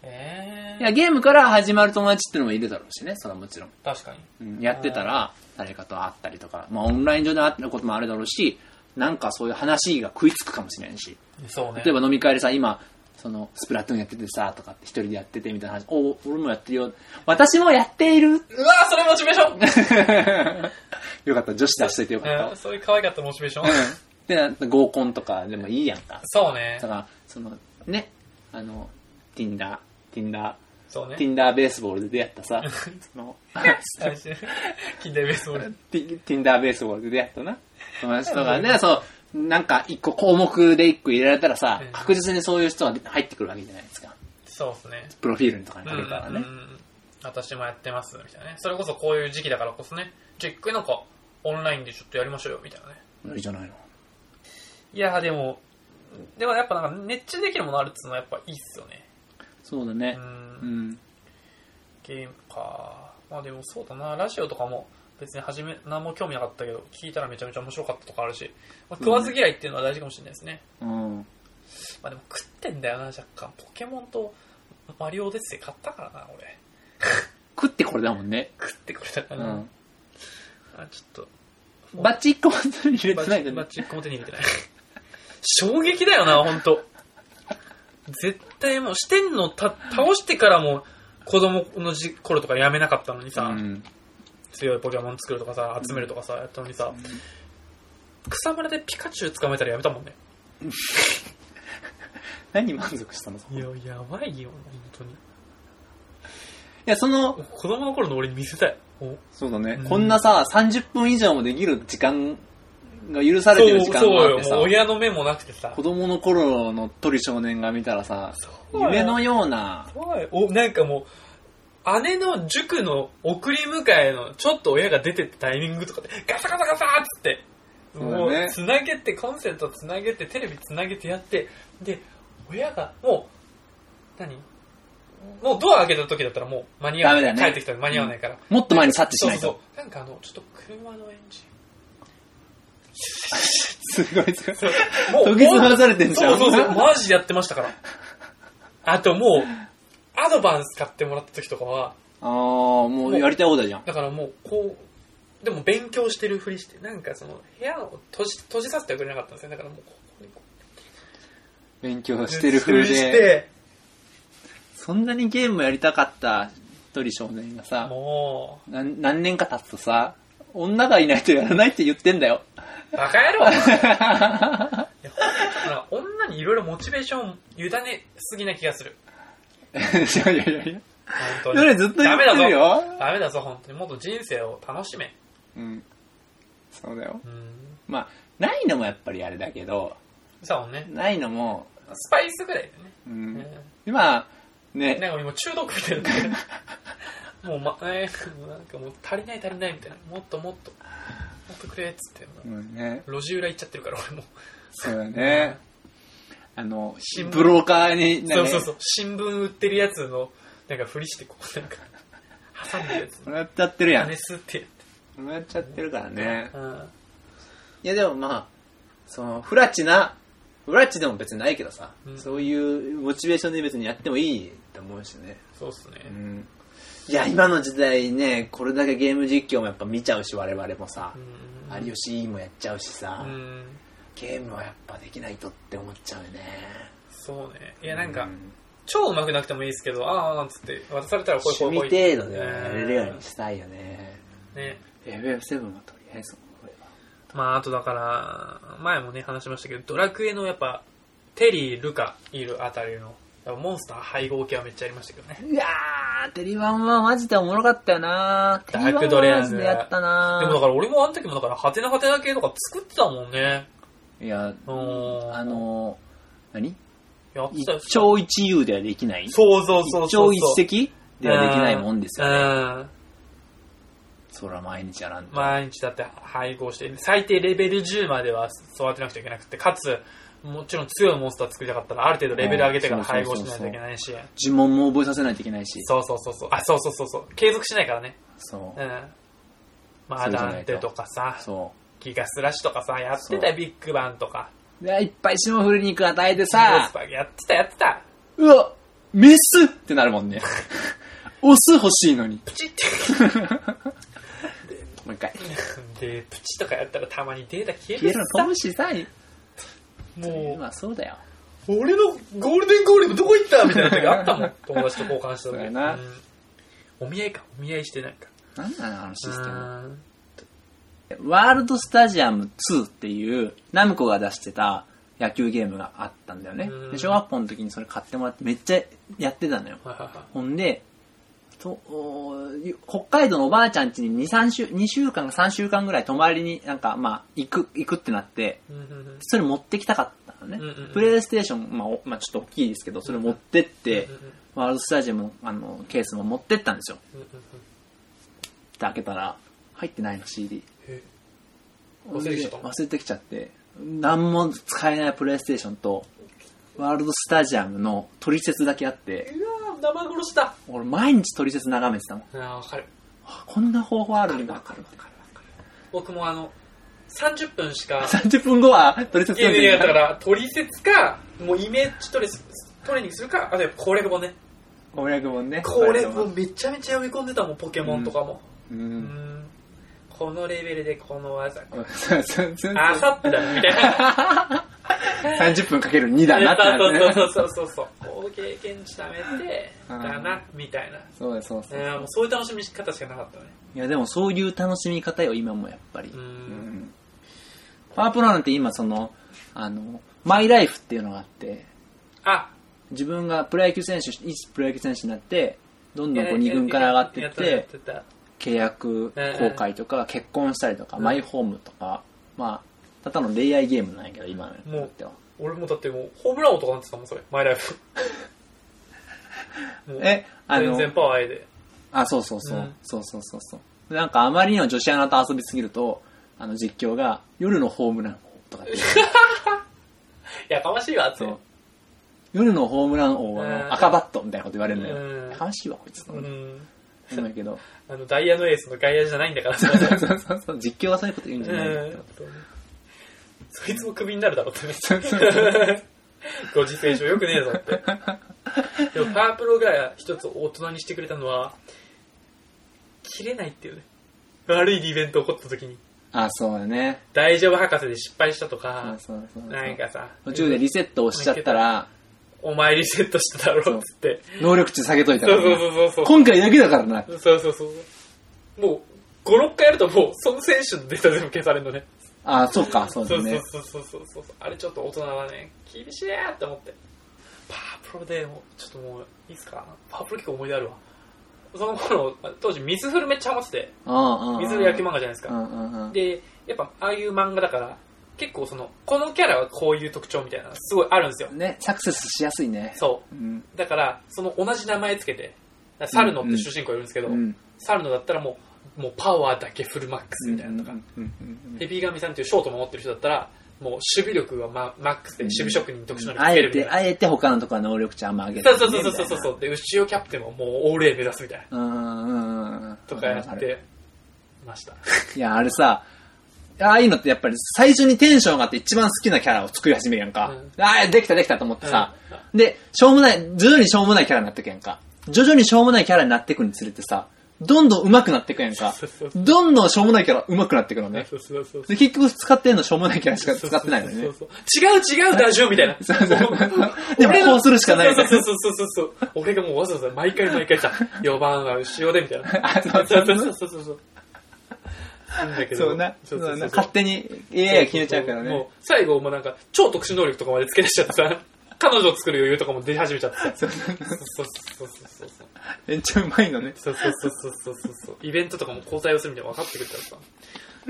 Speaker 1: へ
Speaker 2: いや、
Speaker 1: ー。
Speaker 2: ゲームから始まる友達ってのもいるだろうしね、それはもちろん。
Speaker 1: 確かに。
Speaker 2: うんやってたら、誰かと会ったりとか、まあオンライン上で会ったこともあるだろうし、なんかそういう話が食いつくかもしれないし、
Speaker 1: そうね。
Speaker 2: 例えば飲み会でさ、今、その、スプラトゥーンやっててさ、とかって一人でやっててみたいな話、お、俺もやってるよ、私もやってい る
Speaker 1: うわーそれモチベーション
Speaker 2: よかった、女子出しといてよかった
Speaker 1: うん、。そういう可愛かったモチベーション。
Speaker 2: で、なんか合コンとかでもいいやんか。
Speaker 1: そうね
Speaker 2: だか。ら、その、ね、あの、Tinder、Tinder、
Speaker 1: そうね。
Speaker 2: Tinder ベースボールで出会った さ、その、
Speaker 1: 最 終、近代ベースボール。
Speaker 2: ティ Tinder ベースボールで出会ったな。友達とかね、そう、なんか一個項目で一個入れられたらさ
Speaker 1: うん、
Speaker 2: 確実にそういう人が入ってくるわけじゃないですか。
Speaker 1: そうですね。
Speaker 2: プロフィールとかに
Speaker 1: う
Speaker 2: 書
Speaker 1: ん
Speaker 2: けるから
Speaker 1: う
Speaker 2: ね。
Speaker 1: ん。私もやってます、みたいなね。それこそこういう時期だからこそね。じゃあ一回なんか、オンラインでちょっとやりましょうよ、みたいなね。
Speaker 2: 無理じゃないの。
Speaker 1: いやーでも、でもやっぱなんか熱中できるものあるっつうのはやっぱいいっすよね。
Speaker 2: そうだ
Speaker 1: う。
Speaker 2: ね。うんん。
Speaker 1: ゲームか。まあでもそうだな、ラジオとかも別に初め何も興味なかったけど、聞いたらめちゃめちゃ面白かったとかあるし、まあ、食わず嫌いっていうのは大事かもしれないですね。
Speaker 2: うん。
Speaker 1: まあでも食ってんだよな、若干。ポケモンとマリオデッセイ買ったからな、俺。
Speaker 2: 食ってこれだもんね。
Speaker 1: 食ってくれたか
Speaker 2: う
Speaker 1: らな。
Speaker 2: ん。
Speaker 1: あ、ちょっと。
Speaker 2: バッチ一個も手に入れ
Speaker 1: バッチ
Speaker 2: てないで
Speaker 1: バッ
Speaker 2: ね。
Speaker 1: チ一個も手に入れてない。 衝撃だよな、ほんと。絶対もう、してんのた倒してからも、子供のじ頃とかやめなかったのに
Speaker 2: う
Speaker 1: さ、
Speaker 2: ん。
Speaker 1: 強いポケモン作るとかさ、集めるとかさ、やったのにさ、草むらでピカチュウ捕まえたらやめたもんね。
Speaker 2: 何満足したの
Speaker 1: いや、やばいよ、本当に。
Speaker 2: いや、その、
Speaker 1: 子供の頃の俺に見せたい。お
Speaker 2: そうだね、
Speaker 1: うん
Speaker 2: こんなさ、30分以上もできる時間が許されてる時間
Speaker 1: そう
Speaker 2: が
Speaker 1: そう
Speaker 2: あっ
Speaker 1: よ、
Speaker 2: て
Speaker 1: もう
Speaker 2: さ、
Speaker 1: 親の目もなくてさ
Speaker 2: 子。供の頃の鳥少年が見たらさ、
Speaker 1: そうよ
Speaker 2: 夢のような、
Speaker 1: 怖いおなんかもう姉の塾の送り迎えのちょっと親が出てったタイミングとかでガサガサガサーっつって
Speaker 2: そうだね
Speaker 1: もうつなげてコンセントつなげてテレビつなげてやってで親がもう何もうドア開けた時だったらもう間に合わな
Speaker 2: ダ
Speaker 1: い、
Speaker 2: メ
Speaker 1: 帰
Speaker 2: だね
Speaker 1: ってきたら間に合わないから、
Speaker 2: もっと前に察知し
Speaker 1: そう
Speaker 2: な
Speaker 1: そう
Speaker 2: いと。
Speaker 1: そうなんかあのちょっと車のエンジン
Speaker 2: すごいすごい。
Speaker 1: そう
Speaker 2: 研ぎ澄まされてんじゃん
Speaker 1: そうそうそう、マジやってましたから。あともう、アドバンス買ってもらった時とかは、
Speaker 2: ああ、もうやりたい放題じゃん。
Speaker 1: だからもう、こう、でも勉強してるふりして、なんかその、部屋を閉じ、閉じさせてはくれなかったんですよ。だからもうここにこ
Speaker 2: 勉強
Speaker 1: う、
Speaker 2: してる風
Speaker 1: し
Speaker 2: で。
Speaker 1: て、
Speaker 2: そんなにゲームやりたかった鳥少年がさ、
Speaker 1: も
Speaker 2: なん何年か経つとさ、女がいないとやらないって言ってん だよ。
Speaker 1: う、バカ野郎いやほんと女にいろいろモチベーションを委ねすぎな気がする。
Speaker 2: いやいやいやいや。
Speaker 1: 本
Speaker 2: そ
Speaker 1: 当
Speaker 2: れ
Speaker 1: に。
Speaker 2: ずっと言ってるよ。
Speaker 1: ダメだぞ、本当に。もっと人生を楽しめ。
Speaker 2: うん。そうだよ。
Speaker 1: うん。
Speaker 2: まあ、ないのもやっぱりあれだけど、
Speaker 1: そうね。
Speaker 2: ないのも、
Speaker 1: スパイスぐらいだね。
Speaker 2: うん
Speaker 1: うん
Speaker 2: 今、ね、
Speaker 1: なんかもう中毒みたいになってる もう、ま、えーなんかもう足りない足りないみたいな。もっともっと、もっとくれっつって。
Speaker 2: うんね、
Speaker 1: 路地裏行っちゃってるから俺も。
Speaker 2: そうだね。あの
Speaker 1: 新、聞
Speaker 2: ブローカーに、ね、
Speaker 1: そうそうそう。新聞売ってるやつの、なんかふりしてこう、なんか、挟んでるやつ。
Speaker 2: もらっちゃってるや
Speaker 1: 金
Speaker 2: ん。
Speaker 1: 吸ってやっ
Speaker 2: もらっちゃってるからね
Speaker 1: て。。うん。
Speaker 2: いやでもまあ、その、フラチな、フラチでも別にないけどさ、
Speaker 1: うん
Speaker 2: そういうモチベーションで別にやってもいいと思うしね。
Speaker 1: そうっす
Speaker 2: う
Speaker 1: ね。
Speaker 2: ん。いや、今の時代ね、これだけゲーム実況もやっぱ見ちゃうし、我々もさ
Speaker 1: う、ん。
Speaker 2: 有吉 E もやっちゃうしさ、
Speaker 1: うん。
Speaker 2: ゲームはやっぱできないとって思っちゃうよね。
Speaker 1: そうね。いや、なん
Speaker 2: う
Speaker 1: か、超うまくなくてもいいですけど、あーあーっつって、渡されたらこい
Speaker 2: 趣
Speaker 1: こいこ
Speaker 2: 味
Speaker 1: い。
Speaker 2: 程度ではやれるようにしたいよね。
Speaker 1: ね。
Speaker 2: FF7 はとりあえず思えば。
Speaker 1: まあ、あとだから、前もね、話しましたけど、ドラクエのやっぱ、テリー、ルカいるあたりの、モンスター配合系はめっちゃありましたけどね。
Speaker 2: いやー、テリワンはマジでおもろかったよな
Speaker 1: ダークドレアンね
Speaker 2: テリワンはマジでやったな
Speaker 1: でもだから俺もあの時もだから、ハテナハテナ系とか作ってたもんね。
Speaker 2: いや、
Speaker 1: うん
Speaker 2: あのー、何
Speaker 1: やって
Speaker 2: 一
Speaker 1: たよ。
Speaker 2: 朝一夕ではできない。
Speaker 1: そうそうそうそうそう。
Speaker 2: 一朝一夕ではできないもんですよ、ね。
Speaker 1: うん。
Speaker 2: そら毎日やらんと。
Speaker 1: 毎日だって配合して、最低レベル10までは育てなくちゃいけなくて、かつ、もちろん強いモンスター作りたかったら、ある程度レベル上げてから配合しないといけないし。
Speaker 2: 呪文も覚えさせないといけないし。
Speaker 1: そうそうそうそう。あ、そうそうそうそう。継続しないからね。
Speaker 2: そうう。
Speaker 1: ん。まあ、
Speaker 2: そうじゃ
Speaker 1: ダ
Speaker 2: な
Speaker 1: ン
Speaker 2: いと
Speaker 1: テとかさ、
Speaker 2: そ
Speaker 1: ギガスラッシュとかさ、やってたよ、ビッグバンとか。
Speaker 2: う。で、いっぱい霜降り肉与えて
Speaker 1: ビッグ
Speaker 2: さ
Speaker 1: ス、パーやってた、やってた。
Speaker 2: うわ、メスってなるもんね。 オス欲しいのに。
Speaker 1: プチっ
Speaker 2: もう一回。
Speaker 1: て。で、プチとかや ったらたまにデータ消え
Speaker 2: 消
Speaker 1: る
Speaker 2: えるの飛ぶしさ、
Speaker 1: も
Speaker 2: まあそうだよ。
Speaker 1: う、俺のゴールデンゴーレムどこ行ったみたいな時あった もん。友達と交換した
Speaker 2: そう
Speaker 1: 時。
Speaker 2: やな
Speaker 1: うんお見合いか。お見合いしてないか。
Speaker 2: なんなのあのシステム。
Speaker 1: うん
Speaker 2: ワールドスタジアム2っていう、ナムコが出してた野球ゲームがあったんだよね
Speaker 1: う。ん
Speaker 2: で小学校の時にそれ買ってもらってめっちゃやってたのよ。
Speaker 1: はいはいは
Speaker 2: ほんで、とおー北海道のおばあちゃん家に2、3週、2週間か3週間ぐらい泊まりになんか、まあ、行く、行くってなって、
Speaker 1: いうんうんうん
Speaker 2: それ持ってきたかったのね。
Speaker 1: うんうんうん
Speaker 2: プレイステーション、まあ、おまあ、ちょっと大きいですけど、それ持ってって、
Speaker 1: うんうんうん
Speaker 2: ワールドスタジアムのあのケースも持ってったんですよ。
Speaker 1: うんうんうん
Speaker 2: で開けたら、入ってないの CD。
Speaker 1: え忘れてきちゃった
Speaker 2: 忘れてきちゃって何も使えないプレイステーションとワールドスタジアムのトリセツだけあって
Speaker 1: うわー生殺しだ。
Speaker 2: 俺毎日トリセツ眺めてたもん
Speaker 1: ああ、わかる。
Speaker 2: あこんな方法あるんだ
Speaker 1: わかるわかるわかる僕もあの30分しか
Speaker 2: 30分後はトリセツ
Speaker 1: ゲームやったか
Speaker 2: から
Speaker 1: 取説かもうイメージトレストレーニングするかあとやっぱ攻略本ね
Speaker 2: 攻略本ね
Speaker 1: 攻略本めちゃめちゃ読み込んでたもんポケモンとかも
Speaker 2: う
Speaker 1: うんんこのレベルでこの技
Speaker 2: そうそうそう
Speaker 1: あさってだみたいな
Speaker 2: 30分かける2だなってなるね
Speaker 1: そうそうそうそうそうこう経験値貯めてだなみたいな
Speaker 2: そうだそうそう
Speaker 1: えーもうそういう楽しみ方しかなかったね
Speaker 2: いやでもそういう楽しみ方よ今もやっぱり
Speaker 1: うん
Speaker 2: うんパワープロなんて今そのあのマイライフっていうのがあって
Speaker 1: あ
Speaker 2: 自分がプロ野球選手、一プロ野球選手になって、どんどんこう
Speaker 1: い
Speaker 2: 2
Speaker 1: や
Speaker 2: 軍から上がっていっ
Speaker 1: や
Speaker 2: て
Speaker 1: た、やたや
Speaker 2: 契約更改とか、結婚したりとか、
Speaker 1: うん
Speaker 2: マイホームとか、まあ、ただの恋愛ゲームなんやけど、今のやっては。
Speaker 1: た俺もだってもうホームラン王とかなってたもんそれマイライフもう
Speaker 2: え、あ
Speaker 1: 全
Speaker 2: の、
Speaker 1: 然パワー A で。
Speaker 2: あ、そうそうそう、
Speaker 1: うん
Speaker 2: そうそうそうそう。なんかあまりにも女子アナと遊びすぎると、あの実況が、夜のホームラン王とかって 言う。
Speaker 1: やかましいわって。
Speaker 2: そう夜のホームラン王は
Speaker 1: う
Speaker 2: あ
Speaker 1: ん
Speaker 2: の赤バットみたいなこと言われるの
Speaker 1: うん
Speaker 2: よ。やかましいわ、こいつと
Speaker 1: う
Speaker 2: 思
Speaker 1: ん。
Speaker 2: うんだ けど。
Speaker 1: あの、ダイヤのエースの外野じゃないんだからさ。
Speaker 2: そうそうそうそう、実況はそういうこと言うんじゃないよって
Speaker 1: そいつもクビになるだろうってね
Speaker 2: そうそう。
Speaker 1: ご時世上よくねえぞって。でも、パワープロが一つ大人にしてくれたのは、切れないっていうね。悪いイベント起こった時に、
Speaker 2: あ、そうだね。
Speaker 1: 大丈夫博士で失敗したと
Speaker 2: あ
Speaker 1: か、
Speaker 2: そうそうそう
Speaker 1: なんかさ、
Speaker 2: 途中でリセット押しちゃったら、
Speaker 1: お前リセットしただろうっつって。
Speaker 2: 能力値下げといた
Speaker 1: そ
Speaker 2: か
Speaker 1: うそう
Speaker 2: らな。
Speaker 1: そうそうそう。
Speaker 2: 今回だけだからな。
Speaker 1: そうそうそう。もう、5、6回やるともう、その選手のデータ全部消されるのね。
Speaker 2: あ、そうか、そう
Speaker 1: そ
Speaker 2: だ
Speaker 1: う
Speaker 2: ね。
Speaker 1: そうそうそうそう。あれちょっと大人はね、厳しいなって思って。パープロでもう、ちょっともう、いいっすかパープロ結構思い出あるわ。その頃、当時、水フルめっちゃハマってて、
Speaker 2: うんうん。
Speaker 1: 水フル野球漫
Speaker 2: も。
Speaker 1: 画じゃないです
Speaker 2: う
Speaker 1: か。
Speaker 2: んうんうん。
Speaker 1: で、やっぱ、ああいう漫画だから、結構その、このキャラはこういう特徴みたいなのすごいあるんですよ。
Speaker 2: ね、サクセスしやすいね。。
Speaker 1: そう
Speaker 2: うん。
Speaker 1: う。だから、その同じ名前つけて、猿野って主人公いるんですけど、
Speaker 2: うん。
Speaker 1: 猿野だったらもう、もうパワーだけフルマックスみたいなのとか
Speaker 2: うん、うんうん
Speaker 1: ヘビーガミさんっていうショート守ってる人だったら、もう守備力がママックスで守備職人に特殊能
Speaker 2: うん。
Speaker 1: 力つ
Speaker 2: あ
Speaker 1: け
Speaker 2: え
Speaker 1: るみ
Speaker 2: て、
Speaker 1: たい
Speaker 2: あえて他のとこは能力値あんま上げて
Speaker 1: な。
Speaker 2: ね
Speaker 1: そうそうそうそうそう
Speaker 2: みたい
Speaker 1: そう。で、後ろキャプテンももうオール A 目指すみたいな。
Speaker 2: なうんうんうんうん。
Speaker 1: とかや
Speaker 2: わ
Speaker 1: っ
Speaker 2: かる。
Speaker 1: てました。
Speaker 2: いや、あれさ、ああいうのってやっぱり最初にテンション上がって一番好きなキャラを作り始めるやんか。
Speaker 1: う
Speaker 2: ああ、できたできたと思ってさ、
Speaker 1: うん
Speaker 2: で、しょうもない、徐々にしょうもないキャラになってくやんか。徐々にしょうもないキャラになってくにつれてさ、どんどん上手くなってくやんか
Speaker 1: そうそう。
Speaker 2: どんどんしょうもないキャラ上手くなってくのね。
Speaker 1: そうそうそうそう
Speaker 2: で、結局使ってんのしょうもないキャラしか使ってないの
Speaker 1: そ
Speaker 2: ね
Speaker 1: う。そうそう違う違う打順みたいな。
Speaker 2: そうそうでもこうするしかないみ
Speaker 1: そ
Speaker 2: た
Speaker 1: うそうそう
Speaker 2: いな
Speaker 1: そうそうそうそう。俺がもうわざわざ毎回毎回さ、4番は後ろでみたいな。
Speaker 2: あそ
Speaker 1: そ
Speaker 2: うそう
Speaker 1: そ
Speaker 2: うそうう
Speaker 1: そうそうそう。なんだけど
Speaker 2: そうな、
Speaker 1: そ
Speaker 2: そう
Speaker 1: そうそうう
Speaker 2: な、勝手に AI が決めちゃうから
Speaker 1: もう
Speaker 2: ね。
Speaker 1: 最後もなんか、超特殊能力とかまでつけ出しちゃってさ、彼女を作る余裕とかも出始めちゃってさ。そうそうそうそうそう。
Speaker 2: めっちゃうまいのね。
Speaker 1: そうそうそうそうそうそう。イベントとかも交代をするみたいなの分かってくるからさ。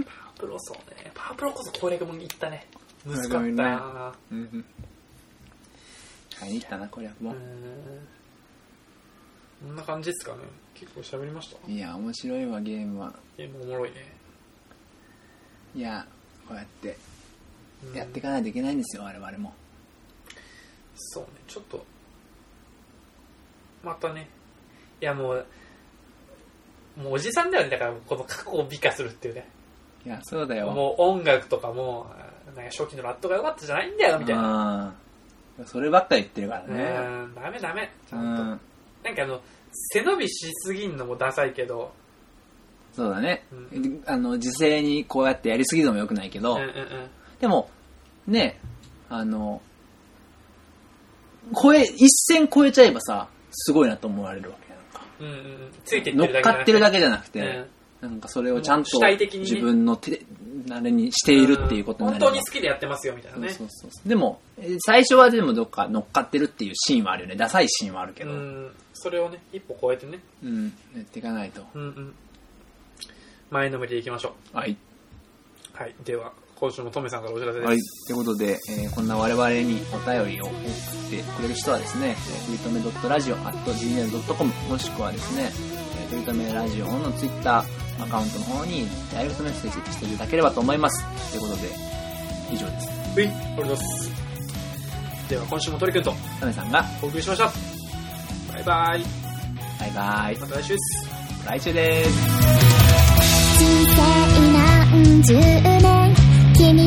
Speaker 1: パープロそうね。パープロこそ攻略もいったね。難しかったな。
Speaker 2: うんうん。買いに来たな、こりゃ。
Speaker 1: う
Speaker 2: も
Speaker 1: ん
Speaker 2: う。。
Speaker 1: こんな感じですかね。結構喋りました。
Speaker 2: いや、面白いわ、ゲームは。
Speaker 1: ゲームおもろいね。
Speaker 2: いや、こうやって
Speaker 1: うん
Speaker 2: やっていかないといけないんですよ、我々も。
Speaker 1: そうね、ちょっと、またね、いやもう、もうおじさんだよね、だからこの過去を美化するっていうね。
Speaker 2: いや、そうだよ。
Speaker 1: もう音楽とかも、あーなんか初期のラットが良かったじゃないんだよ、みたいな。
Speaker 2: な。そればっかり言ってるから
Speaker 1: う
Speaker 2: ね。
Speaker 1: ーん、ダメダメ。ち
Speaker 2: う
Speaker 1: ゃんと。
Speaker 2: ん。
Speaker 1: なんかあの、背伸びしすぎんのもダサいけど、
Speaker 2: そうだね
Speaker 1: う。
Speaker 2: あの、自制にこうやってやりすぎるのも良くないけ
Speaker 1: うん
Speaker 2: ど
Speaker 1: うんう、ん。
Speaker 2: でも、ね、あの、超え、一線超えちゃえばさ、すごいなと思われるわけやんか。
Speaker 1: うんうんうん。ついてって
Speaker 2: 乗
Speaker 1: る
Speaker 2: っ
Speaker 1: だけ
Speaker 2: かってるだけじゃなく
Speaker 1: じゃなくて
Speaker 2: て、なんかそれをちゃんと
Speaker 1: 主体的にね
Speaker 2: 自分の手、あれにしているっていうことに
Speaker 1: うん本
Speaker 2: なれば
Speaker 1: 当に好きでやってますよ、みたいなね。
Speaker 2: そうそうそうでも、えー最初はでもどっか乗っかってるっていうシーンはあるよね。ダサいシーンはあるけど。
Speaker 1: う
Speaker 2: うん。
Speaker 1: ん。それをね、一歩超えてね。
Speaker 2: やっていかないと。
Speaker 1: うんうん。前のめりでいきましょう。
Speaker 2: はい。
Speaker 1: はい、では、今週もトメさんからお知らせです。
Speaker 2: はい。ということで、えーこんな我々にお便りを送ってくれる人はですね、えーとりとめ .radio.gmail.com もしくはですね、えーとりとめラジオの Twitter アカウントの方にダイレクトメッセージしていただければと思います。ということで、以上です。
Speaker 1: うい、おります。では、今週もトリくんと
Speaker 2: タメさんが、
Speaker 1: お送りしました。バイバイ。
Speaker 2: バイバイ。
Speaker 1: また来週です。
Speaker 2: 来週です。
Speaker 3: 人生何十年君